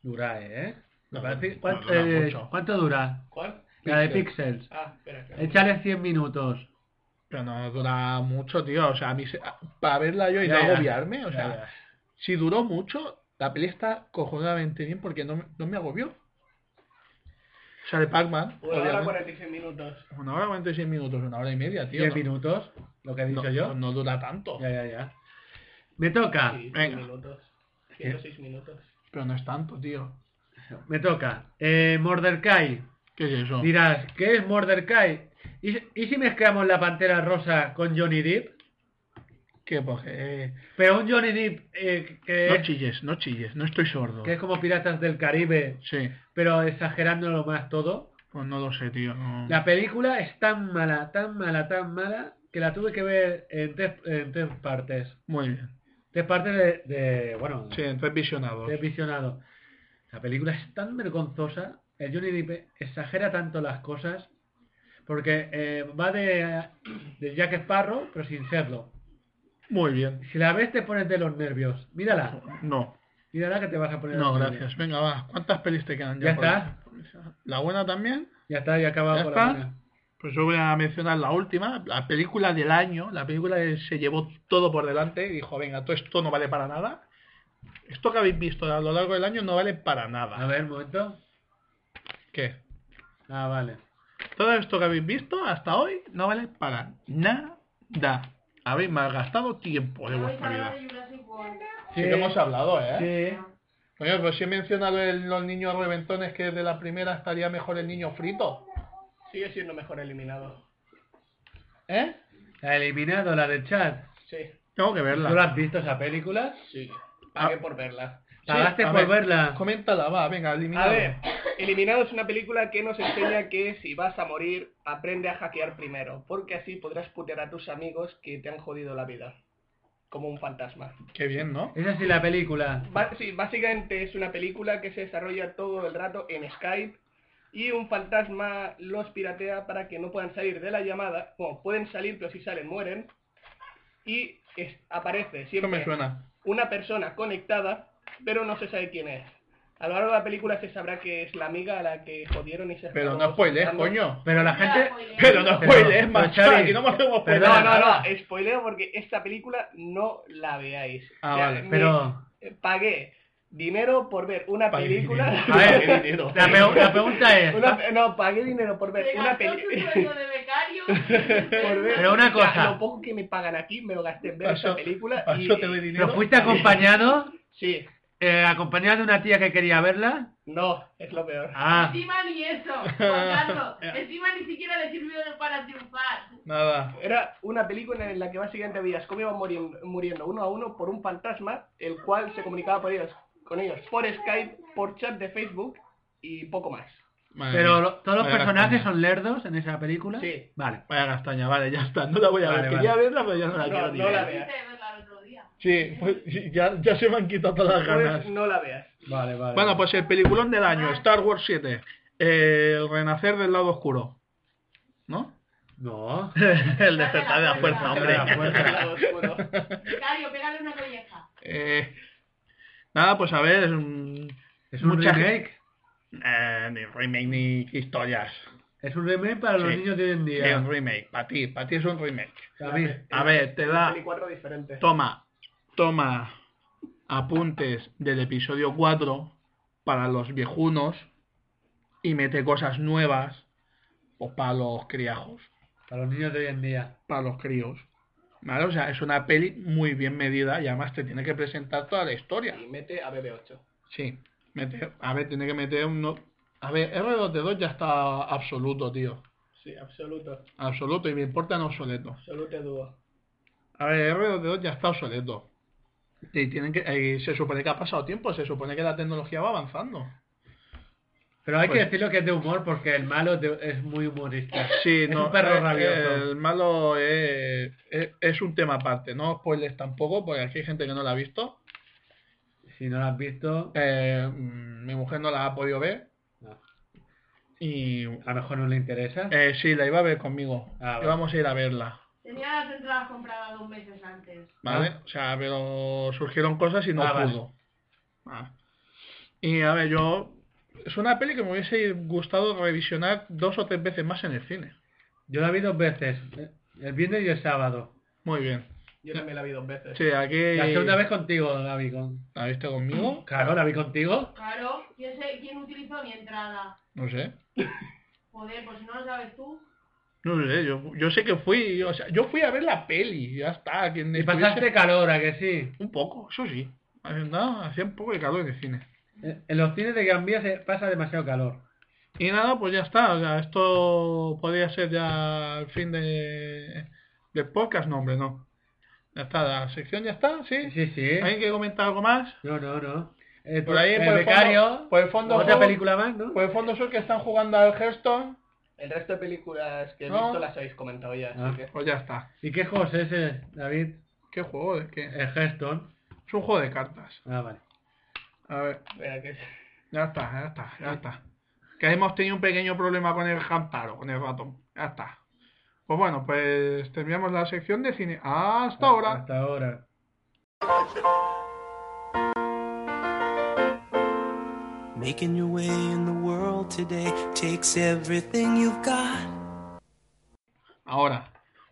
S2: Dura, ¿eh?
S6: No,
S2: Parece-
S6: no
S2: ¿cuánto,
S6: dura
S2: eh,
S6: mucho.
S2: cuánto dura?
S4: ¿Cuál?
S2: La de
S4: Pixel.
S2: Pixels.
S4: Ah, espera, espera.
S2: Échale 100 minutos.
S6: Pero no dura mucho, tío. O sea, a mí, se- para verla yo y
S2: Ya,
S6: no
S2: ya.
S6: agobiarme, o
S2: Ya,
S6: sea,
S2: ya.
S6: si duró mucho, la peli está cojonadamente bien porque no, me- no me agobió. O sea, de Pac-Man,
S4: Una hora
S6: obviamente.
S4: 46 minutos.
S6: Una hora 46 minutos, una hora y media, tío.
S2: 10
S6: no-
S2: minutos, lo que he dicho
S6: no,
S2: yo.
S6: no- no dura tanto.
S2: Ya, ya, ya. Me toca,
S4: Sí, 100
S6: venga.
S4: minutos. 106 minutos.
S6: Pero no es tanto, tío.
S2: me toca. Eh, Mordecai.
S6: ¿Qué es eso?
S2: Dirás, ¿qué es Mordecai? ¿Y, y si mezclamos la pantera rosa con Johnny Depp?
S6: Que porque. eh,
S2: Pero un Johnny Depp eh, que,
S6: no
S2: es,
S6: chilles, no chilles, no estoy sordo.
S2: que es como Piratas del Caribe,
S6: Sí,
S2: pero exagerándolo más todo.
S6: pues no lo sé, tío. no.
S2: La película es tan mala, tan mala, tan mala, que la tuve que ver en tres, en tres partes.
S6: Muy bien.
S2: Tres partes de, de, bueno,
S6: Sí, entonces visionados.
S2: de visionado. La película es tan vergonzosa, el Johnny Depp exagera tanto las cosas, porque eh, va de, de Jack Sparrow, pero sin serlo.
S6: Muy bien.
S2: Si la ves te pones de los nervios. Mírala,
S6: No,
S2: mírala que te vas a poner
S6: no,
S2: los nervios.
S6: gracias. Venga, va. ¿Cuántas pelis te quedan ya?
S2: Ya
S6: por-
S2: está.
S6: ¿La buena también?
S2: Ya está, ya acaba
S6: ¿Ya
S2: por
S6: está?
S2: la mañana.
S6: Pues yo voy a mencionar la última, la película del año, la película que se llevó todo por delante y dijo, venga, todo esto no vale para nada. Esto que habéis visto a lo largo del año no vale para
S2: A
S6: nada.
S2: ver, un momento.
S6: ¿Qué?
S2: Ah, vale.
S6: Todo esto que habéis visto hasta hoy no vale para nada. Habéis malgastado tiempo de
S3: Hoy
S6: vuestra
S3: hablaba
S6: vida.
S3: de Jurassic World.
S6: Sí que hemos hablado, ¿eh?
S2: Sí.
S6: Oye, pues si he mencionado el- los niños reventones que de la primera estaría mejor el niño frito.
S4: Sigue siendo mejor eliminado.
S6: ¿Eh?
S2: La he eliminado, la del chat.
S4: Sí,
S6: Tengo que
S2: ¿Tú
S6: verla.
S2: la has visto esa película?
S4: sí.
S6: Ah.
S4: Pagué por verla.
S2: ¿Pagaste
S6: a
S2: por
S6: ver,
S2: verla?
S6: Coméntala, va, venga,
S4: A
S6: eliminado.
S4: ver, Eliminado es una película que nos enseña que si vas a morir, aprende a hackear primero, porque así podrás putear a tus amigos que te han jodido la vida, como un fantasma.
S6: Qué bien, ¿no?
S2: Esa sí la película.
S4: Ba- sí, básicamente es una película que se desarrolla todo el rato en Skype y un fantasma los piratea para que no puedan salir de la llamada. Bueno, pueden salir, pero si salen mueren. Y es- aparece
S6: Eso
S4: siempre
S6: me suena.
S4: una persona conectada, pero no se sabe quién es. A lo largo de la película se sabrá que es la amiga a la que jodieron y se
S6: Pero
S4: estaban
S6: no spoilees,
S4: matando.
S6: coño.
S2: Pero la gente...
S6: Pero no
S2: Pero-
S6: spoilees, más
S2: pero Xavi,
S6: aquí no
S2: perdón,
S6: podemos spoilear
S4: No, no,
S6: nada.
S4: no, spoileo porque esta película no la veáis.
S6: Ah, vale,
S4: me-
S2: Pero...
S4: eh, Pagué dinero por ver una
S6: Pagué
S4: película.
S2: A ver, la, pregu- la pregunta es...
S4: Una- no, pagué dinero por ver
S3: Se
S4: una
S3: gastó su
S4: película.
S3: sueldo de becario.
S2: Pero una cosa.
S4: Lo poco que me pagan aquí me lo gasté en ver
S6: Paso-
S4: esta película.
S6: paso,
S4: y-
S6: te doy dinero.
S2: ¿Pero fuiste acompañado?
S4: Sí,
S2: Eh, ¿Acompañado de una tía que quería verla?
S4: no, es lo peor.
S2: Ah,
S3: Encima ni eso, Juan Carlos. Encima ni siquiera le sirvió para triunfar.
S6: Nada.
S4: Era una película en la que básicamente veías cómo iban muriendo, muriendo uno a uno por un fantasma, el cual se comunicaba por ellos, con ellos por Skype, por chat de Facebook y poco más.
S6: Madre
S2: pero
S6: mía.
S2: lo- todos los
S6: Vaya
S2: personajes
S6: castaña.
S2: son lerdos en esa película.
S4: Sí.
S2: Vale.
S6: Vaya castaña, vale, ya está. No la voy a
S2: Vale,
S6: ver.
S2: vale.
S6: Quería verla, pero ya
S2: Ah,
S6: no la
S4: No,
S6: quiero
S4: no
S6: ni
S4: la
S6: ver.
S4: veas.
S3: Pudiste verla el otro día.
S6: Sí, pues ya, ya se me han quitado todas las ganas.
S4: Pues no la veas.
S2: Vale, vale.
S6: Bueno, pues el peliculón del año, Star Wars 7. eh, el renacer del lado oscuro. ¿No?
S2: No.
S6: el
S3: despertar de la fuerza, hombre.
S2: La fuerza.
S4: Lado oscuro.
S3: Becario, pégale una colleja.
S6: Eh, nada, pues a ver, es un-
S2: Es un
S6: Mucha
S2: remake.
S6: eh, ni remake ni historias.
S2: Es un remake para los
S6: Sí. Ah,
S2: niños de hoy en
S6: Es
S2: día.
S6: un remake, para ti, para ti es un remake.
S2: David,
S6: A ver, te
S2: Ah.
S6: da,
S4: Peli cuatro diferentes.
S6: toma, toma apuntes del episodio 4 para los viejunos y mete cosas nuevas o para los criajos.
S2: para los niños de hoy en día.
S6: para los críos. ¿Vale? O sea, es una peli muy bien medida y además te tiene que presentar toda la historia.
S4: Y mete a BB8.
S6: Sí. Mete, a ver, tiene que meter uno... A ver, R2D2 ya está absoluto, tío.
S4: Sí, absoluto.
S6: Absoluto y me importan obsoletos.
S4: Absoluto dúo.
S6: A ver, R2D2 ya está obsoleto. Y tienen que, y se supone que ha pasado tiempo, se supone que la tecnología va avanzando.
S2: Pero hay
S6: Pues-
S2: que decirlo que es de humor porque el malo es de- es muy humorista.
S6: Sí,
S2: Es
S6: no,
S2: un perro
S6: eh,
S2: rabioso.
S6: El malo es, es, es un tema aparte. No spoilers tampoco, porque aquí hay gente que no la ha visto.
S2: Si no lo has visto,
S6: Eh, mm, mi mujer no la ha podido ver.
S2: No.
S6: Y
S2: a lo mejor no le interesa.
S6: eh, sí, la iba a ver conmigo.
S2: Ah, vale.
S6: Íbamos a ir a verla.
S3: Tenía las entradas compradas dos meses antes.
S6: ¿Vale?
S2: Ah.
S6: O sea, pero surgieron cosas y no
S2: Ah, vale.
S6: pudo. Ah. Y a ver, yo. Es una peli que me hubiese gustado revisionar dos o tres veces más en el cine.
S2: Yo la vi dos veces. eh, El viernes y el sábado.
S6: Muy bien.
S4: Yo también la vi dos veces.
S6: Sí, aquí.
S2: La segunda vez contigo, la vi con...
S6: ¿La viste conmigo?
S2: Claro, la vi contigo.
S3: Claro, ¿quién, se- quién utilizó mi entrada?
S6: No sé.
S3: Joder, pues si no lo sabes tú.
S6: No sé, yo, yo sé que fui. O sea, yo fui a ver la peli. Ya está. Quien
S2: Y
S6: estuviese-
S2: pasaste calor, ¿a que sí?
S6: Un poco, eso sí. Nada, hacía un poco de calor en el cine.
S2: En Eh, en los cines de Gran Vía se pasa demasiado calor.
S6: Y nada, pues ya está. O sea, esto podría ser ya el fin de del podcast, no, hombre, no. Ya está, la sección ya está, ¿sí?
S2: Sí, sí.
S6: ¿Alguien quiere comentar algo más?
S2: No, no, no. Eh,
S6: Por ahí,
S2: el
S6: por el
S2: becario.
S6: fondo- por el fondo
S2: otra
S6: juego-
S2: película más, ¿no?
S6: Pues el fondo sur que están jugando al Hearthstone,
S4: El resto de películas que he
S6: No.
S4: visto las habéis comentado ya, así
S2: Ah.
S4: que...
S6: pues ya está.
S2: ¿Y qué juego es ese, David?
S6: ¿Qué juego? Es, que
S2: El Hearthstone.
S6: es un juego de cartas.
S2: Ah, vale.
S6: A ver,
S4: Espera, que-
S6: ya está, ya está, ya está. Que hemos tenido un pequeño problema con el Hamtaro, con el ratón. Ya está. Pues bueno, pues terminamos la sección de cine. Hasta ahora.
S2: Hasta ahora.
S5: Making your way in the world today takes everything you've got.
S6: Ahora.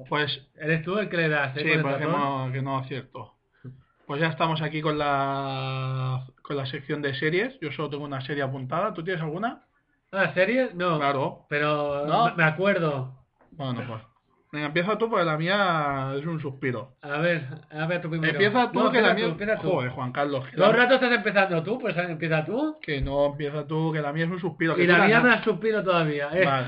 S6: Pues
S2: ¿Eres tú el que le das? eh,
S6: Sí, pues,
S2: con el
S6: porque
S2: ratón?
S6: no, que no acierto. Pues ya estamos aquí con la, con la sección de series. Yo solo tengo una serie apuntada. ¿Tú tienes alguna?
S2: Ah, ¿series? No.
S6: Claro.
S2: Pero
S6: No.
S2: me- me acuerdo.
S6: Bueno, pues. Venga, empieza tú, porque la mía es un suspiro.
S2: A ver, a ver tú primero.
S6: Empieza tú,
S2: No,
S6: que la
S2: empieza
S6: mía...
S2: tú, empieza tú.
S6: Joder, Juan Carlos. Que,
S2: Dos
S6: la-
S2: ratos estás empezando tú, pues empieza tú.
S6: que no, empieza tú, que la mía es un suspiro. que
S2: Y
S6: tú
S2: la mía
S6: no-
S2: me ha suspiro todavía. eh.
S6: Vale.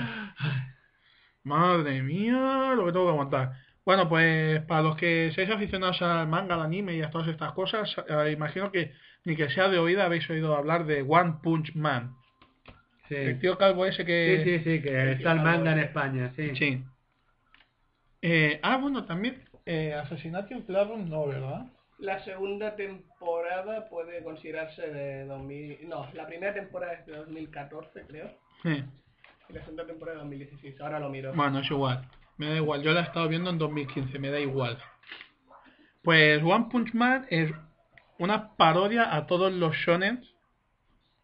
S6: Madre mía, lo que tengo que aguantar. Bueno, pues para los que seáis aficionados al manga, al anime y a todas estas cosas, eh, imagino que ni que sea de oída habéis oído hablar de One Punch Man. El
S2: Sí.
S6: tío calvo ese
S2: sí,
S6: que...
S2: sí, sí, que está el manga en España, sí.
S6: Sí. Eh, ah, bueno, también eh, Assassination Classroom no, ¿verdad?
S4: La segunda temporada puede considerarse de 2000... No, la primera temporada es de 2014, creo.
S6: Sí.
S4: Y la segunda temporada de 2016. Ahora lo miro.
S6: Bueno, es igual. Me da igual. Yo la he estado viendo en 2015, me da igual. Pues One Punch Man es una parodia a todos los shonen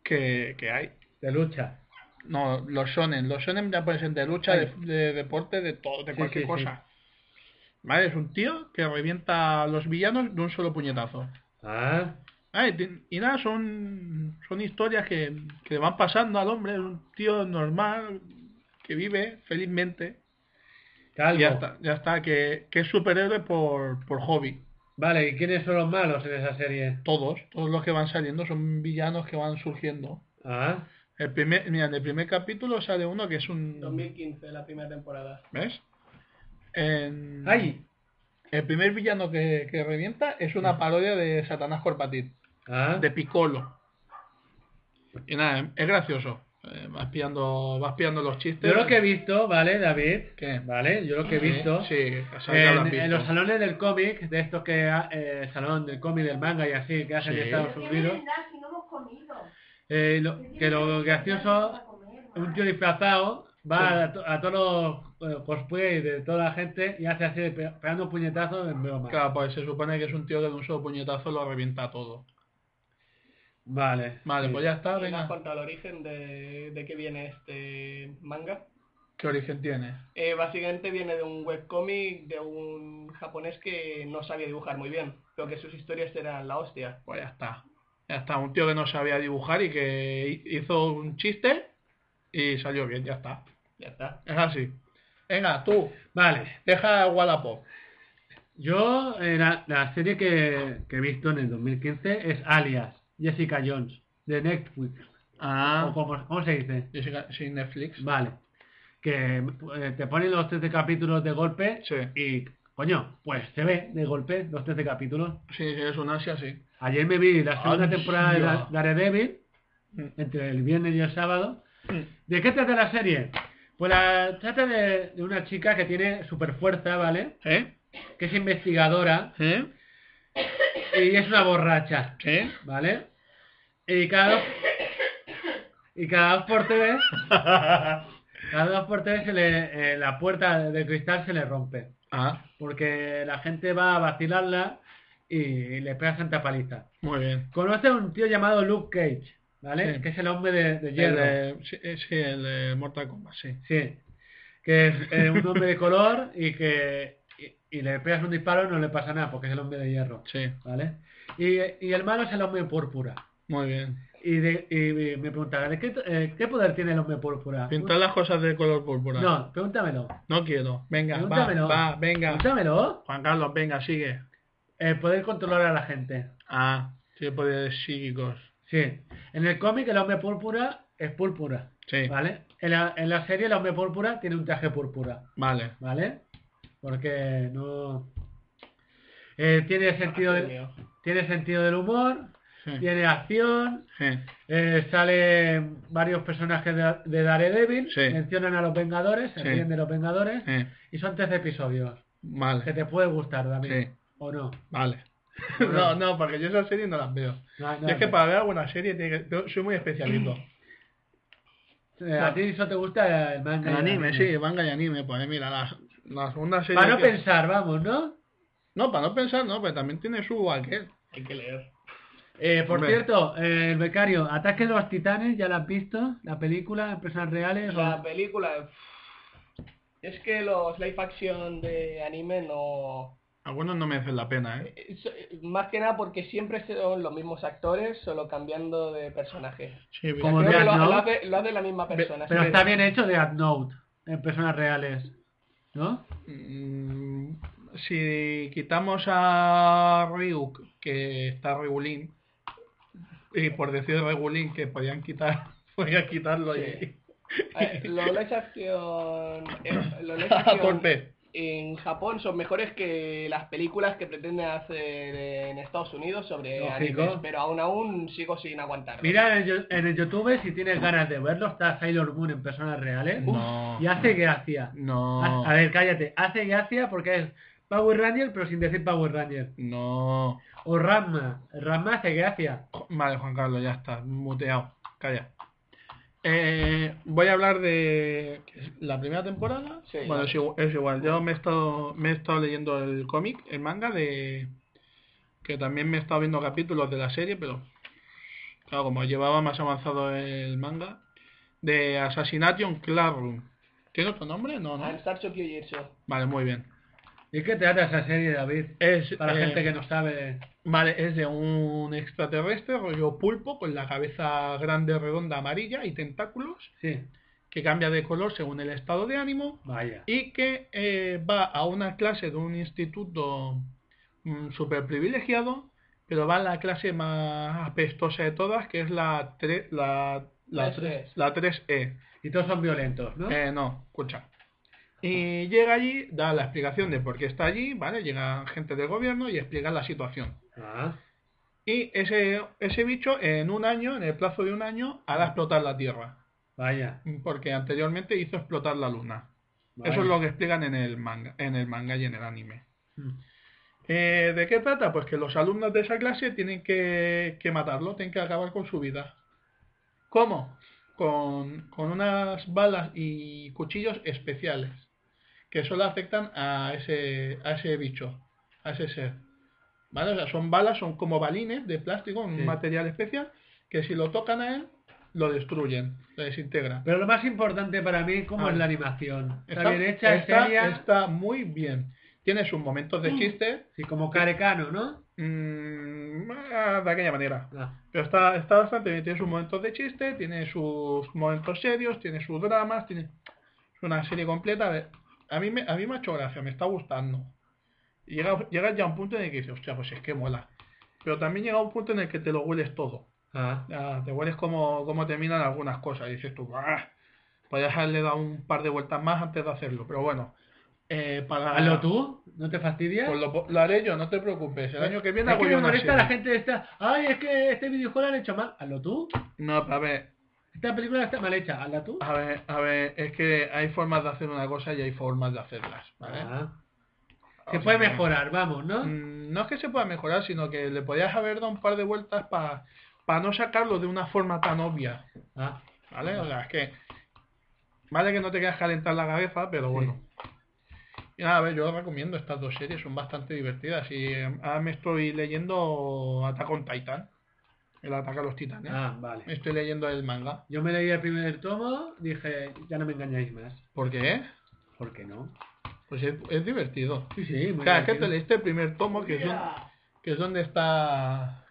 S6: que, que hay.
S2: De lucha.
S6: No, los shonen. Los shonen ya pueden ser de lucha, de, de deporte, de todo, de
S2: Sí,
S6: cualquier
S2: sí, sí.
S6: cosa. Vale, es un tío que revienta a los villanos de un solo puñetazo.
S2: Ah,
S6: Ah, y ti- y nada, son, son historias que, que le van pasando al hombre, es un tío normal que vive felizmente.
S2: calvo.
S6: Y ya está, ya está que, que es superhéroe por, por hobby.
S2: Vale, ¿y quiénes son los malos en esa serie?
S6: Todos, todos los que van saliendo son villanos que van surgiendo.
S2: Ah,
S6: El primer, mira, en el primer capítulo sale uno que es un...
S4: 2015, la primera temporada.
S6: ¿Ves? En-
S2: ay.
S6: El primer villano que, que revienta es una parodia de Satanás Corpatit.
S2: Ah,
S6: de Piccolo. Y nada, es gracioso. Eh, vas pillando, vas pillando los chistes.
S2: yo lo que he visto, ¿vale, David?
S6: ¿Qué?
S2: Vale, yo lo que he visto.
S6: Sí, sabes que habrás
S2: En,
S6: visto.
S2: en los salones del cómic, de estos que ha- eh, salón del cómic, del manga y así, que hacen
S6: Sí.
S2: en
S3: Pero
S2: Estados
S3: ¿qué
S2: Unidos,
S3: merendar si no hemos comido?
S2: eh, lo- que lo gracioso, un tío disfrazado va
S6: Sí.
S2: a, to- a todos los eh, cosplay de toda la gente y hace así, pe- pegando puñetazos en broma.
S6: Claro, pues se supone que es un tío que de un solo puñetazo lo revienta todo.
S2: Vale.
S6: Vale,
S2: Sí.
S6: pues ya está,
S4: ¿Y ¿Has
S6: venga.
S4: contado el origen de, de qué viene este manga?
S6: ¿Qué origen tiene?
S4: Eh, básicamente viene de un webcómic de un japonés que no sabía dibujar muy bien, pero que sus historias eran la hostia.
S6: Pues ya está. Ya está, un tío que no sabía dibujar y que hi- hizo un chiste y salió bien, ya está.
S4: Ya está.
S6: Es así. Venga, tú,
S2: Vale.
S6: deja Wallapop.
S2: Yo, eh, la, la serie que, que he visto en el 2015 es Alias, Jessica Jones, de Netflix.
S6: Ah,
S2: O como- ¿Cómo se dice?
S6: Jessica- sí, Netflix.
S2: Vale. Que eh, te ponen los 13 capítulos de golpe
S6: Sí.
S2: y, coño, pues se ve de golpe los 13 capítulos.
S6: Sí, sí, es un ansia, sí.
S2: Ayer me vi la segunda
S6: Ansia.
S2: temporada de Da- Daredevil, entre el viernes y el sábado. ¿De qué trata la serie? Pues la trata de, de una chica que tiene super fuerza, ¿vale?
S6: ¿Eh?
S2: Que es investigadora
S6: ¿Eh?
S2: y es una borracha,
S6: ¿Eh?
S2: ¿vale? Y cada dos, y cada dos por tres, cada dos por tres se le- eh, la puerta de cristal se le rompe.
S6: Ah,
S2: porque la gente va a vacilarla y le pega santa paliza.
S6: muy bien.
S2: Conoce a un tío llamado Luke Cage, ¿vale?
S6: Sí.
S2: Que es el hombre de, de
S6: El,
S2: hierro.
S6: eh, sí, eh, sí, el eh, Mortal Kombat, sí.
S2: Sí. Que es eh, un hombre de color y que y, y le pegas un disparo y no le pasa nada porque es el hombre de hierro,
S6: Sí,
S2: ¿vale? Y, y el malo es el hombre púrpura.
S6: muy bien.
S2: Y, de- y- y me preguntará, ¿de qué, eh, qué poder tiene el hombre púrpura?
S6: Pintar las cosas de color púrpura.
S2: No, pregúntamelo.
S6: No quiero. Venga, va,
S2: Pregúntamelo.
S6: va, venga.
S2: Pregúntamelo.
S6: Juan Carlos, venga, sigue.
S2: Eh, poder controlar a la gente.
S6: Ah, sí, poderes psíquicos.
S2: Sí. En el cómic el hombre púrpura es púrpura,
S6: Sí, vale.
S2: ¿vale? En la, en la serie el hombre púrpura tiene un traje púrpura, ¿vale? Porque no... Eh, tiene, sentido
S4: Dios
S2: de-
S4: mío.
S2: tiene sentido del humor,
S6: Ah, Sí,
S2: tiene acción,
S6: sí,
S2: eh, salen varios personajes de, de Daredevil,
S6: Sí.
S2: mencionan a los Vengadores, se
S6: Sí.
S2: ríen de los Vengadores,
S6: sí.
S2: y son tres episodios, que
S6: Vale,
S2: te puede gustar también,
S6: sí,
S2: o no.
S6: vale. No, no, porque yo esas series no las veo.
S2: No, no,
S6: Yo es que
S2: no.
S6: para ver alguna serie tiene que- yo soy muy especialito.
S2: Eh, a ti solo te gusta el manga.
S6: El
S2: y
S6: anime, sí, manga y anime. Pues mira, la, la segunda serie...
S2: Para no
S6: que-
S2: pensar, vamos, ¿no?
S6: No, para no pensar, no, pero también tiene su aquel.
S4: Hay que leer.
S2: Eh, por
S6: Hombre.
S2: cierto, eh, el becario, Ataque de los Titanes, ¿ya la has visto? ¿La película en personas reales?
S4: La película... Es que los live action de anime no...
S6: Algunos no merecen la pena, ¿eh?
S4: es- Más que nada porque siempre son los mismos actores, solo cambiando de personaje.
S6: Sí, mira,
S2: Como
S4: Creo que
S2: Death
S4: lo, lo
S2: Note.
S4: hace, lo hace la misma persona.
S2: Pero
S4: sí.
S2: está bien hecho de Note, en personas reales, ¿no?
S6: Mm, si quitamos a Ryuk, que está Regulín, y por decir Regulín, que podían quitar, podían quitarlo
S4: Sí. Eh, Los live action... eh, los live
S6: y a
S4: action
S6: golpe.
S4: en Japón son mejores que las películas que pretenden hacer en Estados Unidos sobre
S2: Lógico.
S4: animes, pero aún aún sigo sin aguantarlo.
S2: Mira en el, yo- en el YouTube si tienes ganas de verlo, está Sailor Moon en personas reales.
S6: No.
S2: Y hace gracia.
S6: No.
S2: Ha- A
S4: Ah.
S2: ver, cállate. Hace gracia porque es Power Ranger, pero sin decir Power Ranger.
S6: No.
S2: O Ranma. Ranma hace gracia.
S6: Jo- Vale, Juan Carlos, ya está, muteado. Calla. Eh, voy a hablar de ¿qué es? la primera temporada.
S4: Sí,
S6: bueno,
S4: la-
S6: es igu- es igual. Yo me he estado, me he estado leyendo el cómic, el manga de que también me he estado viendo capítulos de la serie, pero claro, como llevaba más avanzado el manga de Assassination Classroom. ¿Tiene otro nombre? No, no.
S4: Al Starship Kyojutsu.
S6: Vale, muy bien.
S2: ¿Y qué trata esa serie, David?
S6: Es
S2: Para
S6: eh,
S2: gente que no sabe.
S6: Vale, es de un extraterrestre, rollo pulpo, con la cabeza grande, redonda, amarilla y tentáculos,
S2: Sí,
S6: que cambia de color según el estado de ánimo
S2: vaya.
S6: y que eh, va a una clase de un instituto super privilegiado, pero va a la clase más apestosa de todas, que es la, tre- la, la,
S4: Tres
S6: tre-
S4: Es.
S6: la 3E.
S2: Y todos son violentos, ¿no?
S6: Eh, no, escucha. Y llega allí, da la explicación de por qué está allí, ¿vale? Llega gente del gobierno y explica la situación.
S2: Ah,
S6: Y ese, ese bicho en un año, en el plazo de un año, hará explotar la Tierra.
S2: vaya.
S6: Porque anteriormente hizo explotar la Luna. Eso es lo que explican en el manga, en el manga y en el anime.
S2: Mm.
S6: Eh, ¿De qué trata? Pues que los alumnos de esa clase tienen que, que matarlo, tienen que acabar con su vida. ¿Cómo? Con, con unas balas y cuchillos especiales que solo afectan a ese, a ese bicho, a ese ser. ¿Vale? O sea, son balas, son como balines de plástico, un
S2: Sí.
S6: material especial, que si lo tocan a él, lo destruyen, lo desintegran.
S2: Pero lo más importante para mí es cómo
S6: Ah.
S2: es la animación. Está, bien hecha, es
S6: está-
S2: seria.
S6: está muy bien. Tiene sus momentos de chiste
S2: Sí, como carecano, ¿no?
S6: mm, ah, de aquella manera.
S2: Ah,
S6: Pero está, está bastante bien. Tiene sus momentos de chiste, tiene sus momentos serios, tiene sus dramas, tiene es una serie completa. A ver, A mí me, a mí me ha hecho gracia, me está gustando. Y Llega, llega ya a un punto en el que dices, hostia, pues es que mola. Pero también llega un punto en el que te lo hueles todo.
S2: ah.
S6: Ya, te hueles como, como terminan algunas cosas. Y dices tú, "Bah, podrías haberle dado un par de vueltas más antes de hacerlo. Pero bueno, eh, para...
S2: Hazlo tú, ¿no te fastidias?
S6: Pues lo, lo haré yo, no te preocupes. El año que viene
S2: es
S6: hago
S2: que
S6: yo
S2: me
S6: una
S2: molesta la
S6: serie.
S2: gente está, ay, es que este videojuego lo han hecho mal, hazlo tú.
S6: No, pero a ver,
S2: Esta película está mal hecha, hazla tú.
S6: a ver, a ver, es que hay formas de hacer una cosa y hay formas de hacerlas, ¿vale?
S2: Ah.
S6: O
S2: Se
S6: sea,
S2: puede mejorar, vamos, ¿no?
S6: mm, No es que se pueda mejorar, sino que le podías haber dado un par de vueltas para no sacarlo de una forma tan obvia,
S2: Ah.
S6: ¿vale? O sea, es que vale que no te quieras calentar la cabeza, pero
S2: Sí.
S6: bueno. Y nada, a ver, yo recomiendo estas dos series, son bastante divertidas. Y eh, ahora me estoy leyendo Attack on Titan, el ataque a los titanes.
S2: ah, vale.
S6: Estoy leyendo el manga.
S2: Yo me leí el primer tomo, dije, ya no me engañáis más.
S6: ¿Por qué?
S2: ¿Por qué no?
S6: Pues es, es divertido.
S2: Sí, sí, muy
S6: O sea, es que
S2: divertido.
S6: te leíste el primer tomo, que es, un- que es donde está...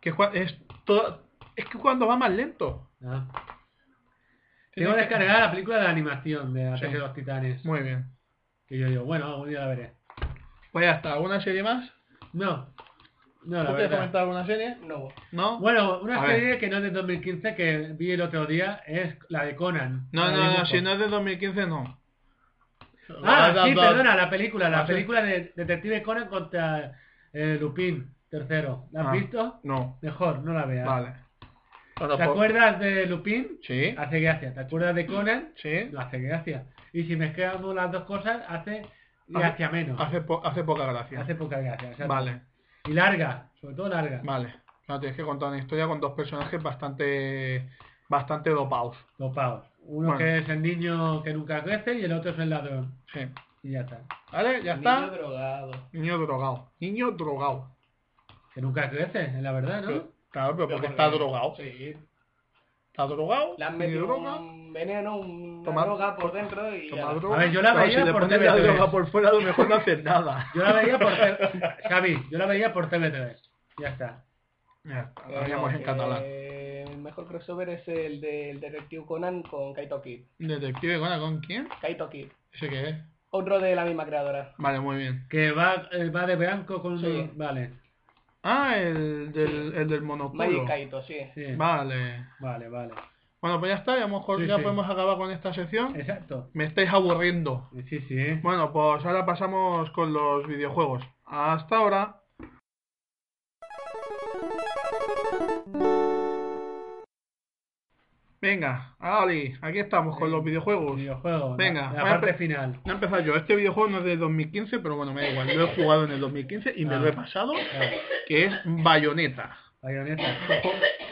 S6: Que es, cua- es todo- es que cuando va más lento.
S2: Ah.
S6: Tiene
S2: Tengo que
S6: que-
S2: descargar la película de animación de Ataque
S6: Sí.
S2: de los Titanes.
S6: Muy bien.
S2: Que yo digo, bueno, algún día la veré.
S6: Pues ya está, ¿alguna serie más?
S2: No. No, la
S6: ¿Tú te has
S2: verdad.
S6: comentado alguna serie?
S4: No.
S6: ¿No?
S2: Bueno, una
S6: A ver.
S2: serie que no es de 2015 que vi el otro día es la de Conan.
S6: no,
S2: la de
S6: no, no,
S2: dibujo.
S6: si no es de 2015 no.
S2: Ah, sí, perdona, la película,
S6: Ah,
S2: la película de Detective Conan contra eh, Lupin, tercero. ¿La has
S6: Ah.
S2: visto?
S6: No,
S2: Mejor, no la veas.
S6: vale.
S2: ¿Te acuerdas de Lupin?
S6: Sí,
S2: Hace gracia. ¿Te acuerdas de Conan?
S6: sí.
S2: No hace gracia. Y si mezclamos las dos cosas, hace
S6: Hace-
S2: gracia menos.
S6: Hace, po- hace poca gracia.
S2: Hace poca gracia. exacto.
S6: Vale,
S2: Y larga, sobre todo larga.
S6: vale. Claro, tienes que contar una historia con dos personajes bastante bastante dopados.
S2: Topaos. Uno
S6: Bueno.
S2: que es el niño que nunca crece y el otro es el ladrón.
S6: Sí.
S2: Y ya está.
S6: ¿Vale? ¿Ya
S4: Niño
S6: está?
S4: drogado.
S6: Niño drogado. Niño drogado.
S2: Que nunca crece, es la verdad, ¿no?
S4: Sí.
S6: Claro, pero porque
S4: Pero
S6: está drogado.
S4: Sí.
S6: Está drogado.
S4: Le han
S6: tiene
S4: metido
S6: droga.
S4: un veneno, una
S6: Toma-
S4: droga por dentro y
S6: Toma
S4: ya.
S6: droga.
S2: A ver, yo la
S6: Claro,
S2: veía
S6: si le
S2: por
S6: pones la
S2: TV3.
S6: droga por fuera, a lo mejor no haces nada.
S2: Yo la veía por TV Javi, yo la veía por TV3. Ya está.
S6: Ya está,
S4: Pero
S6: la veíamos
S4: no,
S6: en
S4: que
S6: catalán.
S4: eh, El mejor crossover es el del Detective Conan con Kaito Kid.
S6: Detective Conan, ¿con quién?
S4: Kaito Kid.
S6: ¿Ese qué es?
S4: Otro de la misma creadora.
S6: Vale, muy bien.
S2: Que va, eh, va de blanco con...
S4: Sí.
S2: Vale.
S6: Ah, el del, el
S4: Magic
S6: del monopolo.
S4: Kaito, sí.
S2: Sí.
S6: Vale.
S2: Vale, vale.
S6: Bueno, pues ya está, ya, a lo mejor
S2: Sí,
S6: ya
S2: sí.
S6: podemos acabar con esta sección.
S2: Exacto.
S6: Me estáis aburriendo.
S2: Sí, ¿eh? sí.
S6: Bueno, pues ahora pasamos con los videojuegos. Hasta ahora. Venga, Ali, aquí estamos con los
S2: Eh,
S6: videojuegos.
S2: Videojuego.
S6: Venga,
S2: la-
S6: voy
S2: La,
S6: a
S2: parte
S6: empe-
S2: final.
S6: No he empezado yo. Este videojuego no es de 2015, pero bueno, me da igual. Lo he jugado en el 2015 y me
S2: Ah.
S6: lo he pasado,
S2: Claro.
S6: que es Bayonetta.
S2: Bayoneta.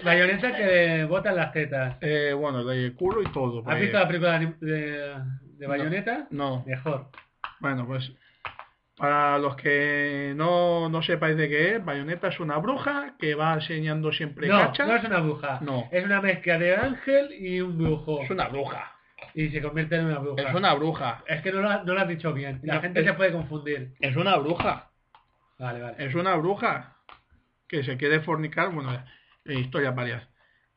S2: Bayoneta que botan las tetas.
S6: Eh, bueno, de culo y todo.
S2: ¿Has
S6: pues.
S2: visto la película de, de, de Bayoneta?
S6: No.
S2: Mejor.
S6: Bueno, pues para los que no, no sepáis de qué es, Bayonetta es una bruja que va enseñando siempre
S2: No,
S6: cachas.
S2: no es una bruja.
S6: No.
S2: Es una mezcla de ángel y un brujo.
S6: Es una bruja.
S2: Y se convierte en una bruja.
S6: Es una bruja.
S2: Es que no lo, ha- no lo has dicho bien. La
S6: No,
S2: gente
S6: es-
S2: se puede confundir.
S6: Es una bruja.
S2: Vale, vale.
S6: Es una bruja que se quiere fornicar. Bueno, eh, historias varias.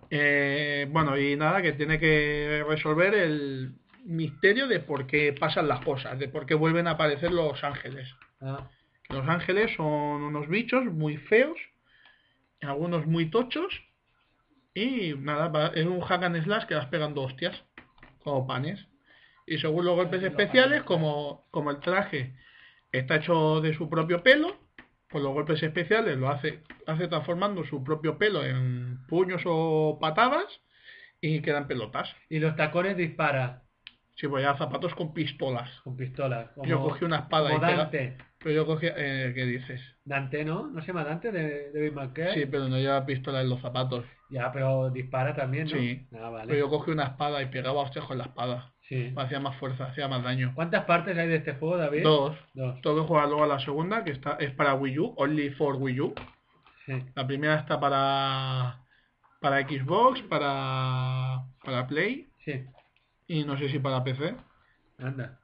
S6: Eh, bueno, y nada, que tiene que resolver el misterio de por qué pasan las cosas, de por qué vuelven a aparecer los ángeles.
S2: Ah,
S6: Los ángeles son unos bichos muy feos, algunos muy tochos, y nada, va- es un hack and slash que vas pegando hostias, como panes. Y según los golpes especiales, como, como el traje está hecho de su propio pelo, pues los golpes especiales lo hace, hace transformando su propio pelo en puños o patadas, y quedan pelotas.
S2: Y los tacones dispara
S6: Si voy a zapatos con pistolas.
S2: con pistolas. Como,
S6: Yo cogí una espada
S2: como
S6: y pega-
S2: Dante.
S6: Pero yo cogí... Eh, ¿Qué dices?
S2: Dante, ¿no? ¿No se llama Dante de David McKay?
S6: Sí, pero no lleva pistola en los zapatos.
S2: Ya, pero dispara también, ¿no?
S6: Sí.
S2: Ah, vale.
S6: Pero yo cogí una espada y pegaba hostias con la espada.
S2: Sí.
S6: Hacía más fuerza, hacía más daño.
S2: ¿Cuántas partes hay de este juego, David?
S6: Dos.
S2: Dos.
S6: Tengo que jugar luego a la segunda, que está, es para Wii U, Only for Wii U.
S2: Sí.
S6: La primera está para, para Xbox, para, para Play
S2: Sí.
S6: y no sé si para PC.
S2: Anda.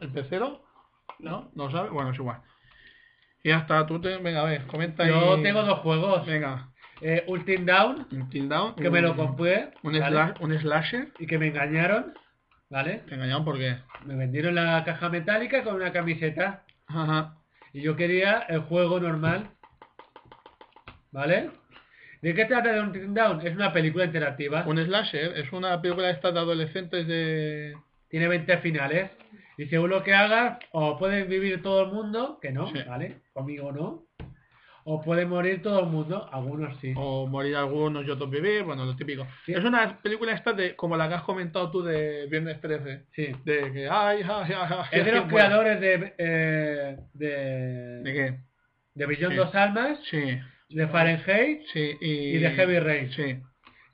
S6: ¿El pecero? ¿No? ¿No sabe? Bueno, es igual. Y hasta tú te... Venga, a ver, comenta
S2: Yo
S6: y-
S2: tengo dos juegos.
S6: Venga.
S2: Eh, Ultim Down,
S6: Un Till Down,
S2: que me lo
S6: un-
S2: compré.
S6: Un,
S2: ¿vale?
S6: sla- un slasher.
S2: Y que me engañaron. ¿Vale?
S6: Te engañaron porque...
S2: Me vendieron la caja metálica con una camiseta.
S6: Ajá.
S2: Y yo quería el juego normal. ¿Vale? ¿De qué trata de un Down? Es una película interactiva.
S6: Un slasher es una película de estas de adolescentes de...
S2: Tiene 20 finales. Y según lo que hagas, o puede vivir todo el mundo, que no,
S6: Sí.
S2: ¿vale? Conmigo no. O puede morir todo el mundo, algunos sí.
S6: O morir algunos y otros vivir, bueno, lo típico.
S2: Sí.
S6: Es una película esta de, como la que has comentado tú de Viernes 13.
S2: Sí.
S6: De que, ay, ay, ay, ay,
S2: Es de los
S6: bueno.
S2: creadores de... eh, de...
S6: ¿De qué?
S2: de Beyond
S6: Sí.
S2: Dos Almas,
S6: Sí,
S2: de Fahrenheit
S6: sí. Y,
S2: y de Heavy Rain.
S6: Sí,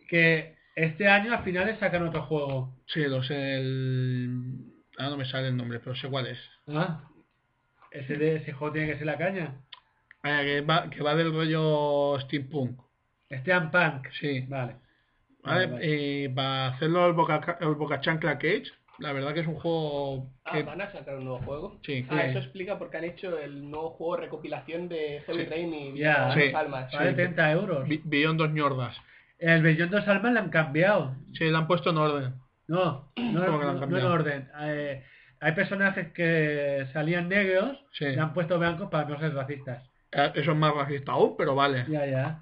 S2: Que este año a finales sacan otro juego.
S6: sí, los el... Ah, no me sale el nombre, pero sé cuál es.
S2: Ah, ese, de, ese juego tiene que ser la caña.
S6: Ah, que, va, que va del rollo steampunk.
S2: Steam Punk.
S6: Sí.
S2: Vale. Vale,
S6: ¿Vale?
S2: vale.
S6: Y para hacerlo el boca, el boca chancla Cage, la verdad que es un juego
S4: Ah,
S6: que...
S4: ¿van a sacar un nuevo juego?
S6: Sí.
S4: Ah,
S6: Sí.
S4: eso explica por qué han hecho el nuevo juego recopilación de Heavy
S6: Sí.
S4: Rain y
S2: Ya.
S4: Las
S6: Sí.
S4: Almas.
S2: Vale
S6: Sí.
S2: 30 euros.
S6: Bi- Beyond dos ñordas.
S2: El Bellón dos Almas lo han cambiado.
S6: Sí, la han puesto en orden.
S2: No, no,
S6: ¿Cómo que lo
S2: no- no
S6: han
S2: en
S6: cambiado?
S2: orden. Eh, hay personajes que salían negros
S6: Sí.
S2: y han puesto blancos para no ser racistas.
S6: Eh, Eso es más racista aún, pero vale.
S2: Ya, ya.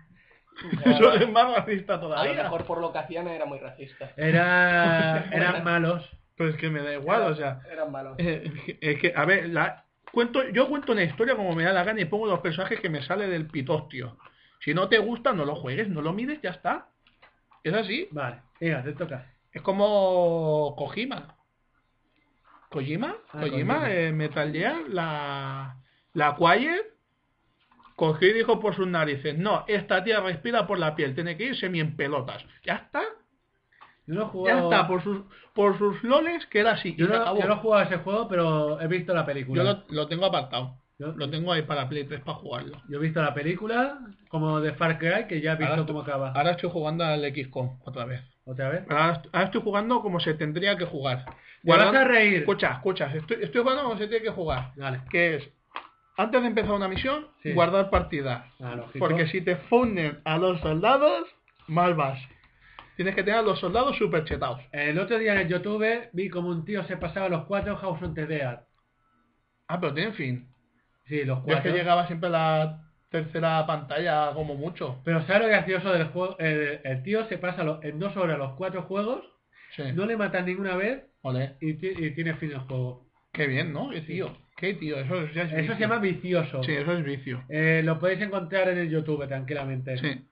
S6: Eso es más racista
S4: A lo
S6: todavía.
S4: mejor por lo que hacían era muy racista.
S2: Era, eran malos.
S6: Pues que me da igual, o sea.
S4: Eran malos.
S6: eh, es que, a ver, la, cuento, yo cuento una historia como me da la gana y pongo los personajes que me sale del pitostio. Si no te gusta, no lo juegues, no lo mires, ya está. Es así.
S2: Vale, venga, te toca.
S6: Es como Kojima. Kojima,
S2: Ah,
S6: Kojima,
S2: Kojima.
S6: eh, Metal Gear, la, la Quiet, cogió y dijo por sus narices, no, esta tía respira por la piel, tiene que irse mi en pelotas. Ya está,
S2: Yo no he
S6: ya
S2: jugado.
S6: está, por sus, por sus loles queda así. y
S2: Yo
S6: se
S2: no,
S6: acabó.
S2: yo no he jugado a ese juego, pero he visto la película.
S6: Yo lo, lo tengo apartado,
S2: Yo-
S6: lo tengo ahí para Play 3 para jugarlo.
S2: Yo he visto la película, como de Far Cry, que ya he visto
S6: Ahora Ah.
S2: cómo
S6: estoy-
S2: acaba.
S6: Ahora estoy jugando al XCOM otra vez.
S2: ¿Otra vez?
S6: Ahora, est- ahora estoy jugando como se tendría que jugar.
S2: vas a
S6: Guardando-
S2: reír.
S6: Escucha, escucha, estoy, estoy jugando como se tiene que jugar.
S2: Vale.
S6: que es antes de empezar una misión,
S2: Sí.
S6: guardar partida.
S2: Ah, lógico.
S6: Porque si te funden a los soldados, mal vas. Tienes que tener a los soldados super chetados.
S2: El otro día en el YouTube vi como un tío se pasaba los cuatro House on the Dead.
S6: Ah, pero tienen fin.
S2: Sí, los
S6: Yo es
S2: cuatro.
S6: que llegaba siempre a la tercera pantalla como mucho.
S2: Pero ¿sabes lo gracioso del juego? El, el tío se pasa los- en dos horas los cuatro juegos,
S6: Sí.
S2: no le matan ninguna vez
S6: Ole.
S2: y, ti- y tiene fin el juego.
S6: Qué bien, ¿no? Qué tío. Qué tío. Eso, es- ya es
S2: Eso
S6: vicio.
S2: se llama vicioso.
S6: Sí, eso es vicio.
S2: Eh, lo podéis encontrar en el YouTube tranquilamente.
S6: Sí.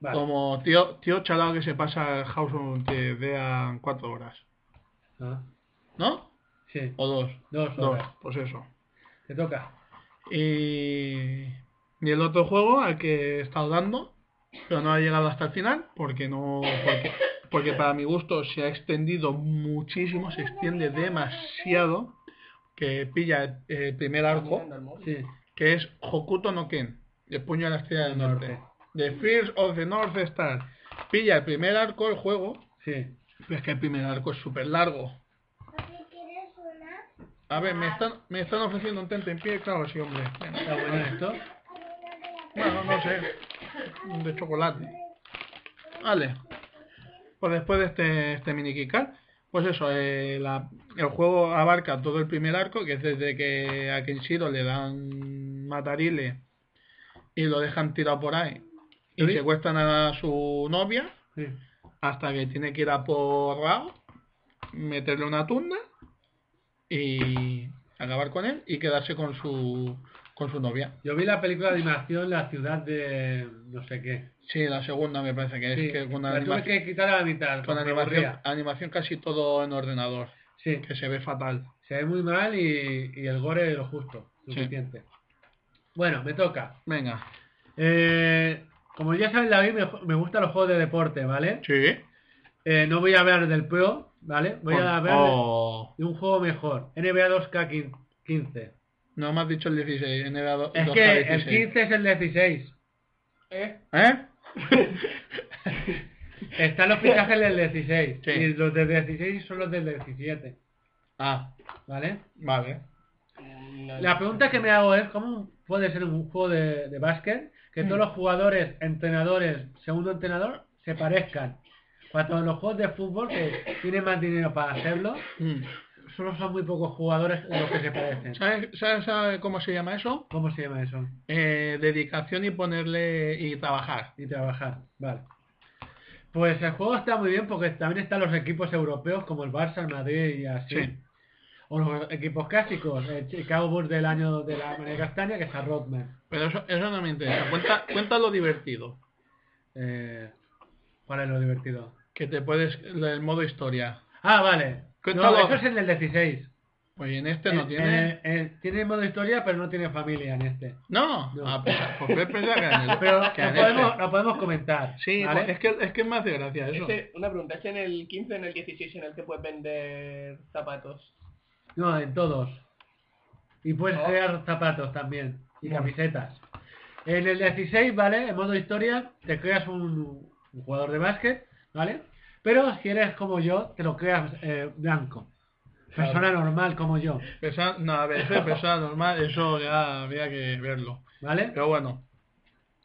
S2: Vale.
S6: Como tío, tío chalado que se pasa el House on te vean cuatro horas.
S2: Ah,
S6: ¿No?
S2: sí.
S6: O dos.
S2: Dos
S6: Dos.
S2: horas.
S6: Pues eso.
S2: Te toca.
S6: Y, y el otro juego al que he estado dando, pero no ha llegado hasta el final, porque no porque, porque para mi gusto se ha extendido muchísimo, se extiende demasiado, que pilla el, el primer arco,
S4: Mirando al móvil.
S2: Sí.
S6: que es Hokuto no Ken, el puño de la estrella del norte. The Fears of the North Star. Pilla el primer arco el juego,
S2: Sí.
S6: pero es que el primer arco es súper largo. A ver, me están, me están ofreciendo un tente en pie, claro, sí, hombre. Venga.
S2: Está bueno esto.
S6: Bueno, no sé. De chocolate. Vale. Pues después de este, este mini kickar, pues eso, eh, la- el juego abarca todo el primer arco, que es desde que a Kenshiro le dan matarile y lo dejan tirado por ahí y
S2: ¿Sí?
S6: secuestran a su novia
S2: Sí.
S6: hasta que tiene que ir a por Rao, meterle una tunda y acabar con él y quedarse con su, con su novia.
S2: Yo vi la película de animación La ciudad de no sé qué.
S6: Sí, la segunda me parece que es
S2: Sí,
S6: que con
S2: la tuve
S6: animación,
S2: que quitar a la mitad.
S6: con
S2: me
S6: animación,
S2: aburría.
S6: animación casi todo en ordenador,
S2: Sí,
S6: que se ve fatal.
S2: se ve muy mal y, y el gore es lo justo,
S6: Sí.
S2: suficiente. Bueno, me toca.
S6: Venga.
S2: Eh, como ya saben, David, me, me gustan los juegos de deporte, ¿vale?
S6: Sí.
S2: Eh, no voy a hablar del Pro, ¿vale? Voy a hablar de-
S6: Oh,
S2: de un juego mejor, NBA 2K15.
S6: no me has dicho el 16, NBA do-
S2: Es
S6: 2K16.
S2: que el 15 es el 16.
S4: ¿Eh?
S6: ¿Eh?
S2: Están los fichajes del 16.
S6: Sí.
S2: Y los del 16 son los del 17,
S6: Ah,
S2: ¿vale?
S6: vale.
S4: No,
S2: La pregunta que me hago es, ¿cómo puede ser un juego de, de básquet que todos los jugadores, entrenadores, segundo entrenador, se parezcan? Cuando en los juegos de fútbol, que tienen más dinero para hacerlo,
S6: Mm.
S2: solo son muy pocos jugadores los que se parecen.
S6: ¿Sabes, sabes, sabes cómo se llama eso?
S2: ¿Cómo se llama eso?
S6: Eh, dedicación y ponerle y trabajar.
S2: Y trabajar, vale. Pues el juego está muy bien porque también están los equipos europeos como el Barça, el Madrid y así.
S6: Sí.
S2: O los equipos clásicos, el Chicago Bulls del año de la manera castaña, que está Rodman.
S6: Pero eso, eso no me interesa. Cuenta, cuenta lo divertido.
S2: Eh, ¿Cuál es lo divertido?
S6: Que te puedes. El modo historia.
S2: Ah, vale.
S6: Cuéntalo.
S2: No, eso es en el del 16.
S6: Pues en este no
S2: En-
S6: tiene.
S2: en- en- eh, tiene modo historia, pero no tiene familia en este.
S6: No,
S2: No.
S6: Ah, pues, pues pensaba que era en el-
S2: Pero
S6: que era
S2: lo
S6: en
S2: podemos,
S6: este.
S2: lo podemos comentar.
S6: Sí,
S2: ¿vale?
S6: pues, es, que, es que me hace gracia eso.
S4: Ese- Este, una pregunta, ¿es en el 15 o en el 16 en el que puedes vender zapatos?
S2: No, en todos. Y puedes
S4: Oh.
S2: crear zapatos también. Y camisetas. En el 16, ¿vale? En modo historia, te creas un, un jugador de básquet, ¿vale? Pero si eres como yo, te lo creas eh, blanco. Persona normal como yo,
S6: Pesa- no, a ver, eso pesa normal, eso ya había que verlo.
S2: ¿vale?
S6: Pero bueno,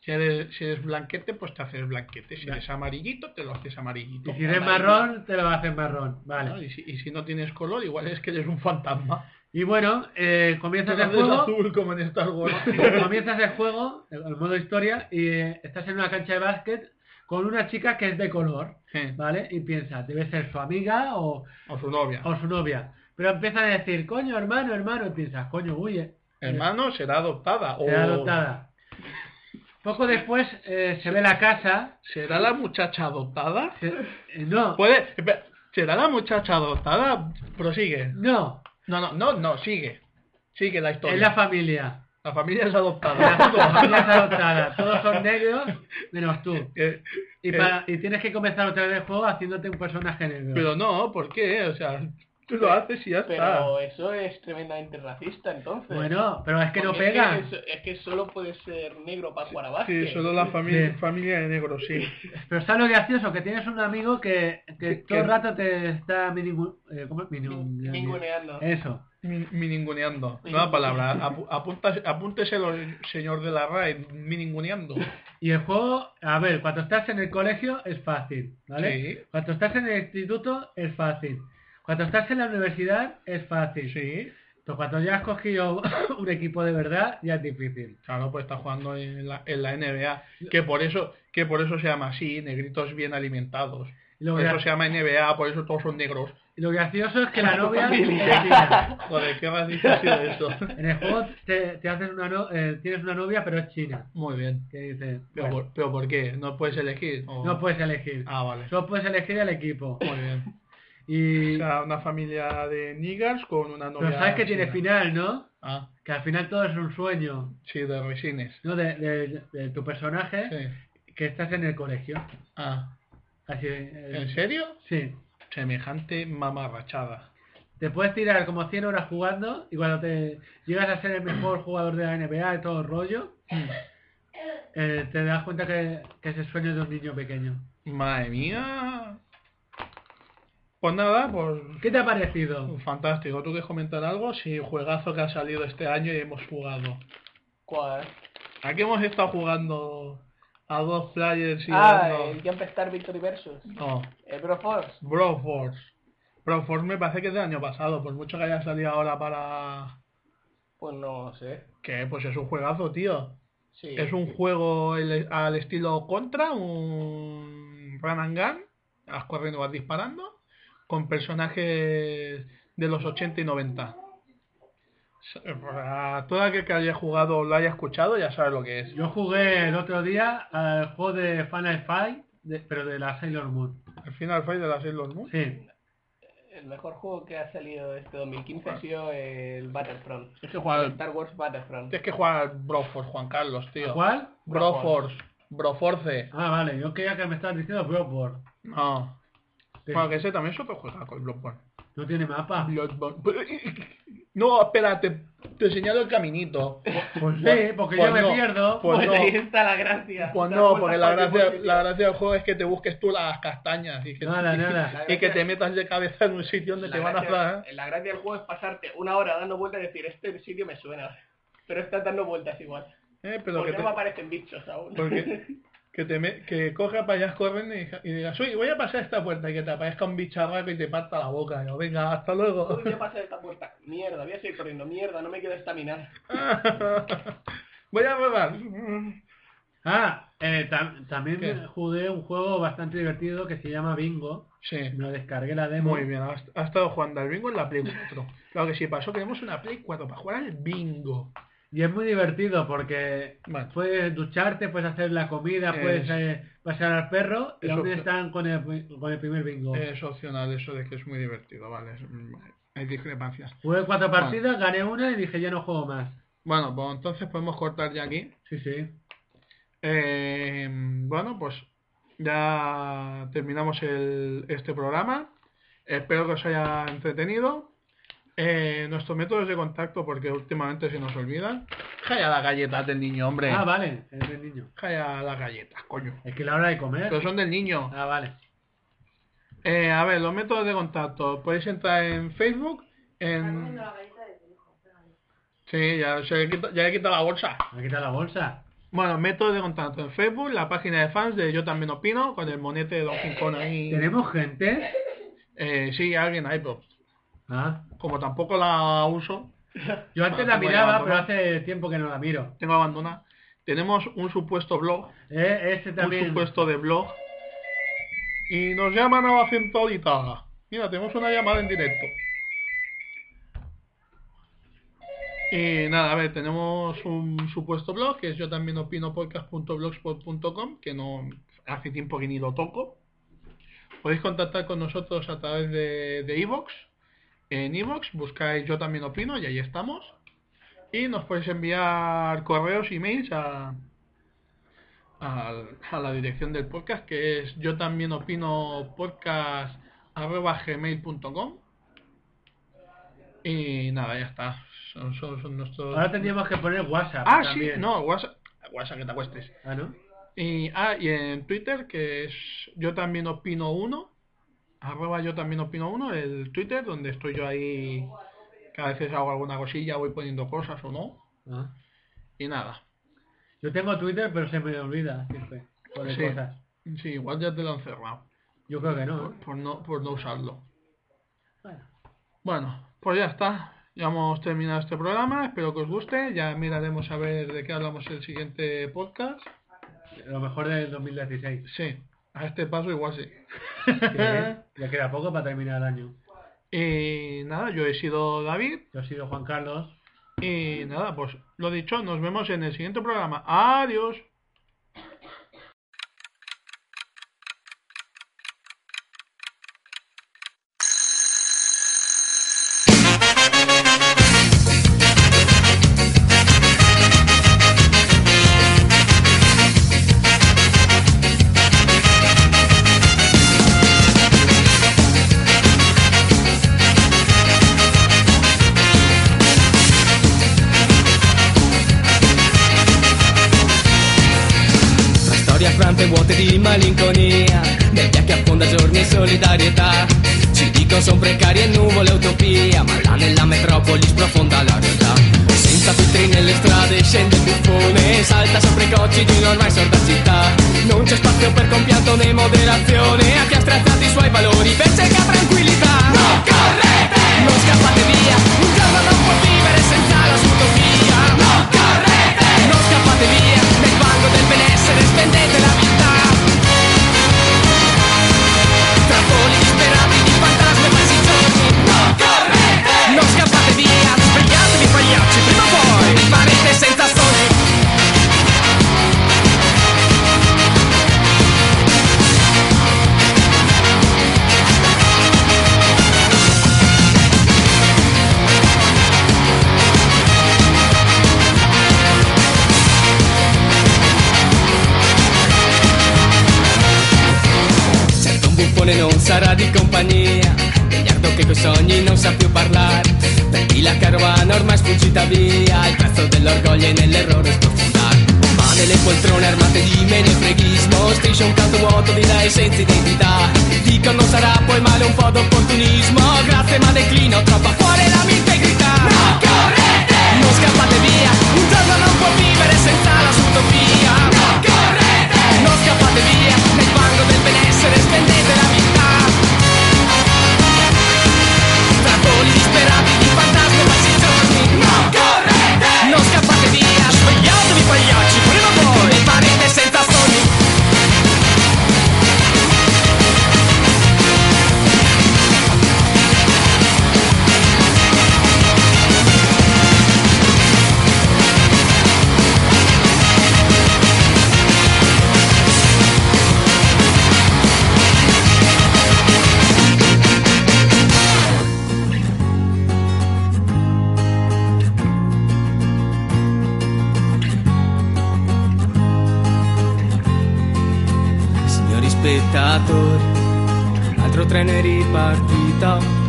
S6: si eres, si eres blanquete, pues te haces blanquete. Si
S2: Ya.
S6: eres amarillito, te lo haces amarillito.
S2: Y si eres marrón, te lo haces marrón,
S6: ¿No?
S2: ¿vale?
S6: Y, si, y si no tienes color, igual es que eres un fantasma.
S2: Y bueno, eh,
S6: No
S2: comienzas el
S6: eres
S2: juego...
S6: azul como en Star Wars.
S2: comienzas el juego, el, el modo historia, y eh, estás en una cancha de básquet con una chica que es de color,
S6: Sí,
S2: ¿vale? Y piensa, debe ser su amiga o,
S6: O su novia.
S2: o su novia. Pero empieza a decir, coño, hermano, hermano, y piensas, coño, eh, huye.
S6: Hermano será adoptada. O
S2: Será adoptada. Poco después eh, se ve la casa.
S6: ¿Será la muchacha adoptada?
S2: se- eh, no,
S6: Puede. espera, ¿Será la muchacha adoptada? Prosigue.
S2: no,
S6: No, no, no, no, sigue. Sigue la historia.
S2: es la familia.
S6: La familia es
S2: La familia
S6: adoptada.
S2: es adoptada. Todos son negros, menos tú.
S6: Eh,
S2: Y,
S6: Eh.
S2: para- y tienes que comenzar otra vez el juego haciéndote un personaje negro.
S6: pero no, ¿por qué? O sea, tú lo haces y ya está.
S4: Pero eso es tremendamente racista, entonces.
S2: bueno, pero es que no
S4: Porque
S2: pega.
S4: Es que, es que solo puede ser negro para jugar a básquet.
S6: Sí, solo la familia,
S2: Sí.
S6: familia de negros, sí.
S2: Pero ¿sabes lo gracioso? Que tienes un amigo que, que
S6: Que-
S2: todo el
S6: que-
S2: rato te está minimu... eh, ¿cómo es? Minu-
S4: Nin- ninguneando.
S6: Eh,
S2: Eso.
S6: Mi- Mininguneando. Nueva palabra. Apu- apunta- apúnteselo, señor de la RAE. Mininguneando.
S2: Y el juego, a ver, cuando estás en el colegio es fácil, ¿vale?
S6: Sí.
S2: Cuando estás en el instituto es fácil. Cuando estás en la universidad es fácil.
S6: Sí.
S2: Pero cuando ya has cogido un equipo de verdad ya es difícil.
S6: Claro, pues está jugando en la, en la NBA. Que por eso que por eso se llama así, negritos bien alimentados.
S2: Y lo,
S6: Por
S2: gra-
S6: eso se llama NBA, por eso todos son negros.
S2: y lo gracioso es que la novia es
S4: familia.
S2: china.
S6: Joder, qué racista ha sido eso.
S2: En el juego te, te hacen una no- eh, tienes una novia pero es china.
S6: Muy bien.
S2: Que dices,
S6: Pero,
S2: bueno,
S6: por, pero ¿por qué? ¿No puedes elegir? ¿O-
S2: no puedes elegir.
S6: Ah, vale.
S2: Solo puedes elegir el equipo.
S6: Muy bien. O
S2: Y
S6: sea, una familia de niggers con una novia...
S2: pero sabes que tiene
S6: china.
S2: final, ¿no?
S6: Ah,
S2: Que al final todo es un sueño,
S6: sí, de resines.
S2: ¿no? De, de- de tu personaje
S6: Sí.
S2: que estás en el colegio.
S6: Ah,
S2: Así.
S6: ¿en
S2: eh,
S6: serio?
S2: sí.
S6: Semejante mamarrachada.
S2: Te puedes tirar como 100 horas jugando y cuando te llegas a ser el mejor jugador de la NBA y todo el rollo,
S6: Hmm.
S2: eh, te das cuenta que, que es el sueño de un niño pequeño.
S6: Madre mía. Pues nada, pues
S2: ¿Qué te ha parecido?
S6: fantástico. ¿Tú quieres comentar algo? Sí, juegazo que ha salido este año y hemos jugado.
S4: ¿Cuál?
S6: Aquí hemos estado jugando a dos players y
S4: ah,
S6: dando-
S4: el Jumpstar Victory Versus.
S6: No,
S4: El Broforce.
S6: Broforce. Broforce me parece que es del año pasado, por mucho que haya salido ahora para...
S4: Pues no sé.
S6: que Pues es un juegazo, tío.
S4: Sí.
S6: Es un juego el- al estilo Contra, un run and gun, vas corriendo, vas disparando, con personajes de los 80 y 90. S- Para todo aquel que haya jugado o lo haya escuchado ya sabe lo que es.
S2: Yo jugué el otro día al juego de Final Fight, de- pero de la Sailor Moon.
S6: Al final fue de la Sailor Moon.
S2: Sí,
S4: El mejor juego que ha salido este 2015 ha sido el Battlefront.
S6: Es que jugar,
S4: Star Wars Battlefront.
S6: es que jugar Broforce, Juan Carlos, tío.
S2: ¿cuál?
S6: Broforce. Broforce.
S2: Ah, vale, yo creía que me estabas diciendo Bloodborne.
S6: No.
S2: Sí.
S6: Bueno, que ese también es otro juegazo, el Bloodborne.
S2: No tiene mapa.
S6: Bloodborne. No, espérate, te señalo el caminito.
S2: Pues sí, porque
S6: Pues
S2: yo me
S6: no,
S2: pierdo.
S6: pues
S4: Pues
S6: no.
S4: ahí está la gracia.
S6: Pues
S4: Dar
S6: no,
S4: vueltas
S6: porque la
S4: para
S6: gracia,
S4: cualquier
S6: la gracia del juego es que te busques tú las castañas y que,
S2: Nada,
S6: y-
S2: nada.
S6: y que te metas de cabeza en un sitio donde te
S4: La
S6: van a
S4: gracia-
S6: hablar.
S4: La gracia del juego es pasarte una hora dando vueltas y decir, este sitio me suena. Pero estás dando vueltas igual.
S6: Eh, pero
S4: Porque no
S6: que te,
S4: me aparecen bichos aún.
S6: porque- que te me- que coja para allá corren y, diga- y digas, uy, voy a pasar esta puerta y que te aparezca un bicharraco y te parta la boca. Y yo, venga, hasta luego.
S4: Uy, voy a pasar esta puerta. Mierda, voy a seguir corriendo. Mierda, no me queda estamina.
S6: voy a robar.
S2: Ah, eh, tam- también
S6: ¿Qué?
S2: jugué un juego bastante divertido que se llama Bingo.
S6: Sí,
S2: Me descargué la demo.
S6: muy bien. Ha, ha estado jugando al bingo en la Play 4. Claro que sí, pasó que tenemos una Play 4 para jugar al bingo.
S2: Y es muy divertido porque
S6: Vale.
S2: puedes ducharte, puedes hacer la comida,
S6: Es-
S2: puedes eh, pasear al perro y
S6: Eso- Eh,
S2: aún están con el, con el primer bingo.
S6: Es opcional eso de que es muy divertido, vale. es- mm, hay discrepancias.
S2: Jugué cuatro
S6: Vale.
S2: partidas, gané una y dije ya no juego más.
S6: Bueno, pues entonces podemos cortar ya aquí.
S2: Sí, sí.
S6: Eh, bueno, pues ya terminamos el, este programa. Espero que os haya entretenido. Eh, nuestros métodos de contacto, porque últimamente se nos olvidan. Calla las galletas del niño, hombre.
S2: Ah, vale, es del niño.
S6: Calla las galletas, coño.
S2: Es que la hora de comer.
S6: Pero son del niño.
S2: Ah, vale.
S6: Eh, a ver, los métodos de contacto. Podéis entrar en Facebook.
S3: Está
S6: En...
S3: comiendo la galleta de tu hijo. pégale.
S6: Sí, ya, se le quita- ya le he quitado la bolsa.
S2: Me quita la bolsa.
S6: Bueno, método de contacto en Facebook, la página de fans de Yo también opino, con el monete de Don Quincón ahí.
S2: ¿Tenemos gente?
S6: Eh, sí, alguien ahí, pero
S2: Ah.
S6: como tampoco la uso,
S2: Yo antes
S6: Ah,
S2: la
S6: Bueno, tú me
S2: miraba,
S6: llamas,
S2: pero
S6: ¿no?
S2: hace tiempo que no la miro.
S6: tengo abandonada. Tenemos un supuesto blog,
S2: Eh, este
S6: un
S2: también.
S6: supuesto de blog. Y nos llaman a la centralita. Mira, tenemos una llamada en directo. Y nada, a ver, tenemos un supuesto blog que es yo también opino podcast.blogspot.com, que no hace tiempo que ni lo toco. Podéis contactar con nosotros a través de de iVoox. en iVoox buscáis yo también opino y ahí estamos. Y nos podéis enviar correos, emails a, a, a la dirección del podcast, que es yo también opino podcast arroba gmail.com. Y nada, ya está. Son, son- son nuestros...
S2: Ahora tendríamos que poner WhatsApp.
S6: ah,
S2: también.
S6: sí, no, WhatsApp, WhatsApp que te acuestes.
S2: Ah, ¿no?
S6: Y, ah, y en Twitter, que es yo también opino uno, arroba yo también opino uno, el Twitter, donde estoy yo ahí, que a veces hago alguna cosilla, voy poniendo cosas o no,
S2: Ah.
S6: y nada.
S2: Yo tengo Twitter, pero se me olvida siempre. Por
S6: Sí.
S2: cosas.
S6: Sí, igual ya te lo han cerrado,
S2: Yo creo que no. ¿eh?
S6: por, por no, por no usarlo.
S2: Bueno.
S6: Bueno, pues ya está. Ya hemos terminado este programa, espero que os guste, ya miraremos a ver de qué hablamos el siguiente podcast.
S2: Lo mejor del 2016.
S6: Sí, a este paso igual sí.
S2: Que ya queda poco para terminar el año.
S6: Y nada, yo he sido David.
S2: Yo he sido Juan Carlos.
S6: Y nada, pues lo dicho, nos vemos en el siguiente programa. Adiós.
S9: La storia frante vuote di malinconia Del che affonda giorni e solidarietà Ci dicono son precarie nuvole utopia Ma là nella metropoli sprofonda la realtà Senza filtri nelle strade scende il buffone Salta sopra i cocci di un'ormai sorda città Non c'è spazio per compianto né moderazione A chi ha straziato i suoi valori per cercare tranquillità Non correte! Non scappate via Un giorno non può vivere senza la sua utopia Non correte! Non scappate via Nel fango del benessere spendete la vita tra voli disperati di fantasmi e falsi giochi Non correte! Non scappate via, svegliatevi pagliacci, prima o poi vi farete senza soli Certo un buffone non sarà di compagnia Degnardo che coi sogni non sa più parlare Per chi la carovana ormai è sfuggita via Il prezzo dell'orgoglio e nell'errore sprofondare Ma nelle poltrone armate di menefreghismo Striscia un canto vuoto di lei senza identità Dicono sarà poi male un po' d'opportunismo Grazie ma declino troppo fuori la mia integrità Non correte! Non scappate via Un giorno non può vivere senza la sua utopia Non correte! Non scappate via Nel fango del benessere spendete la vita Tra voli disperati di fantasmi e falsi giorni Non correte! Non scappate via Svegliatevi pagliacci prima o poi Vi farete senza sogni Signori spettatori, un altro treno è ripartito.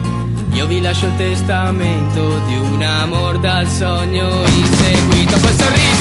S9: Io vi lascio il testamento di un amor dal sogno inseguito. Quel sorriso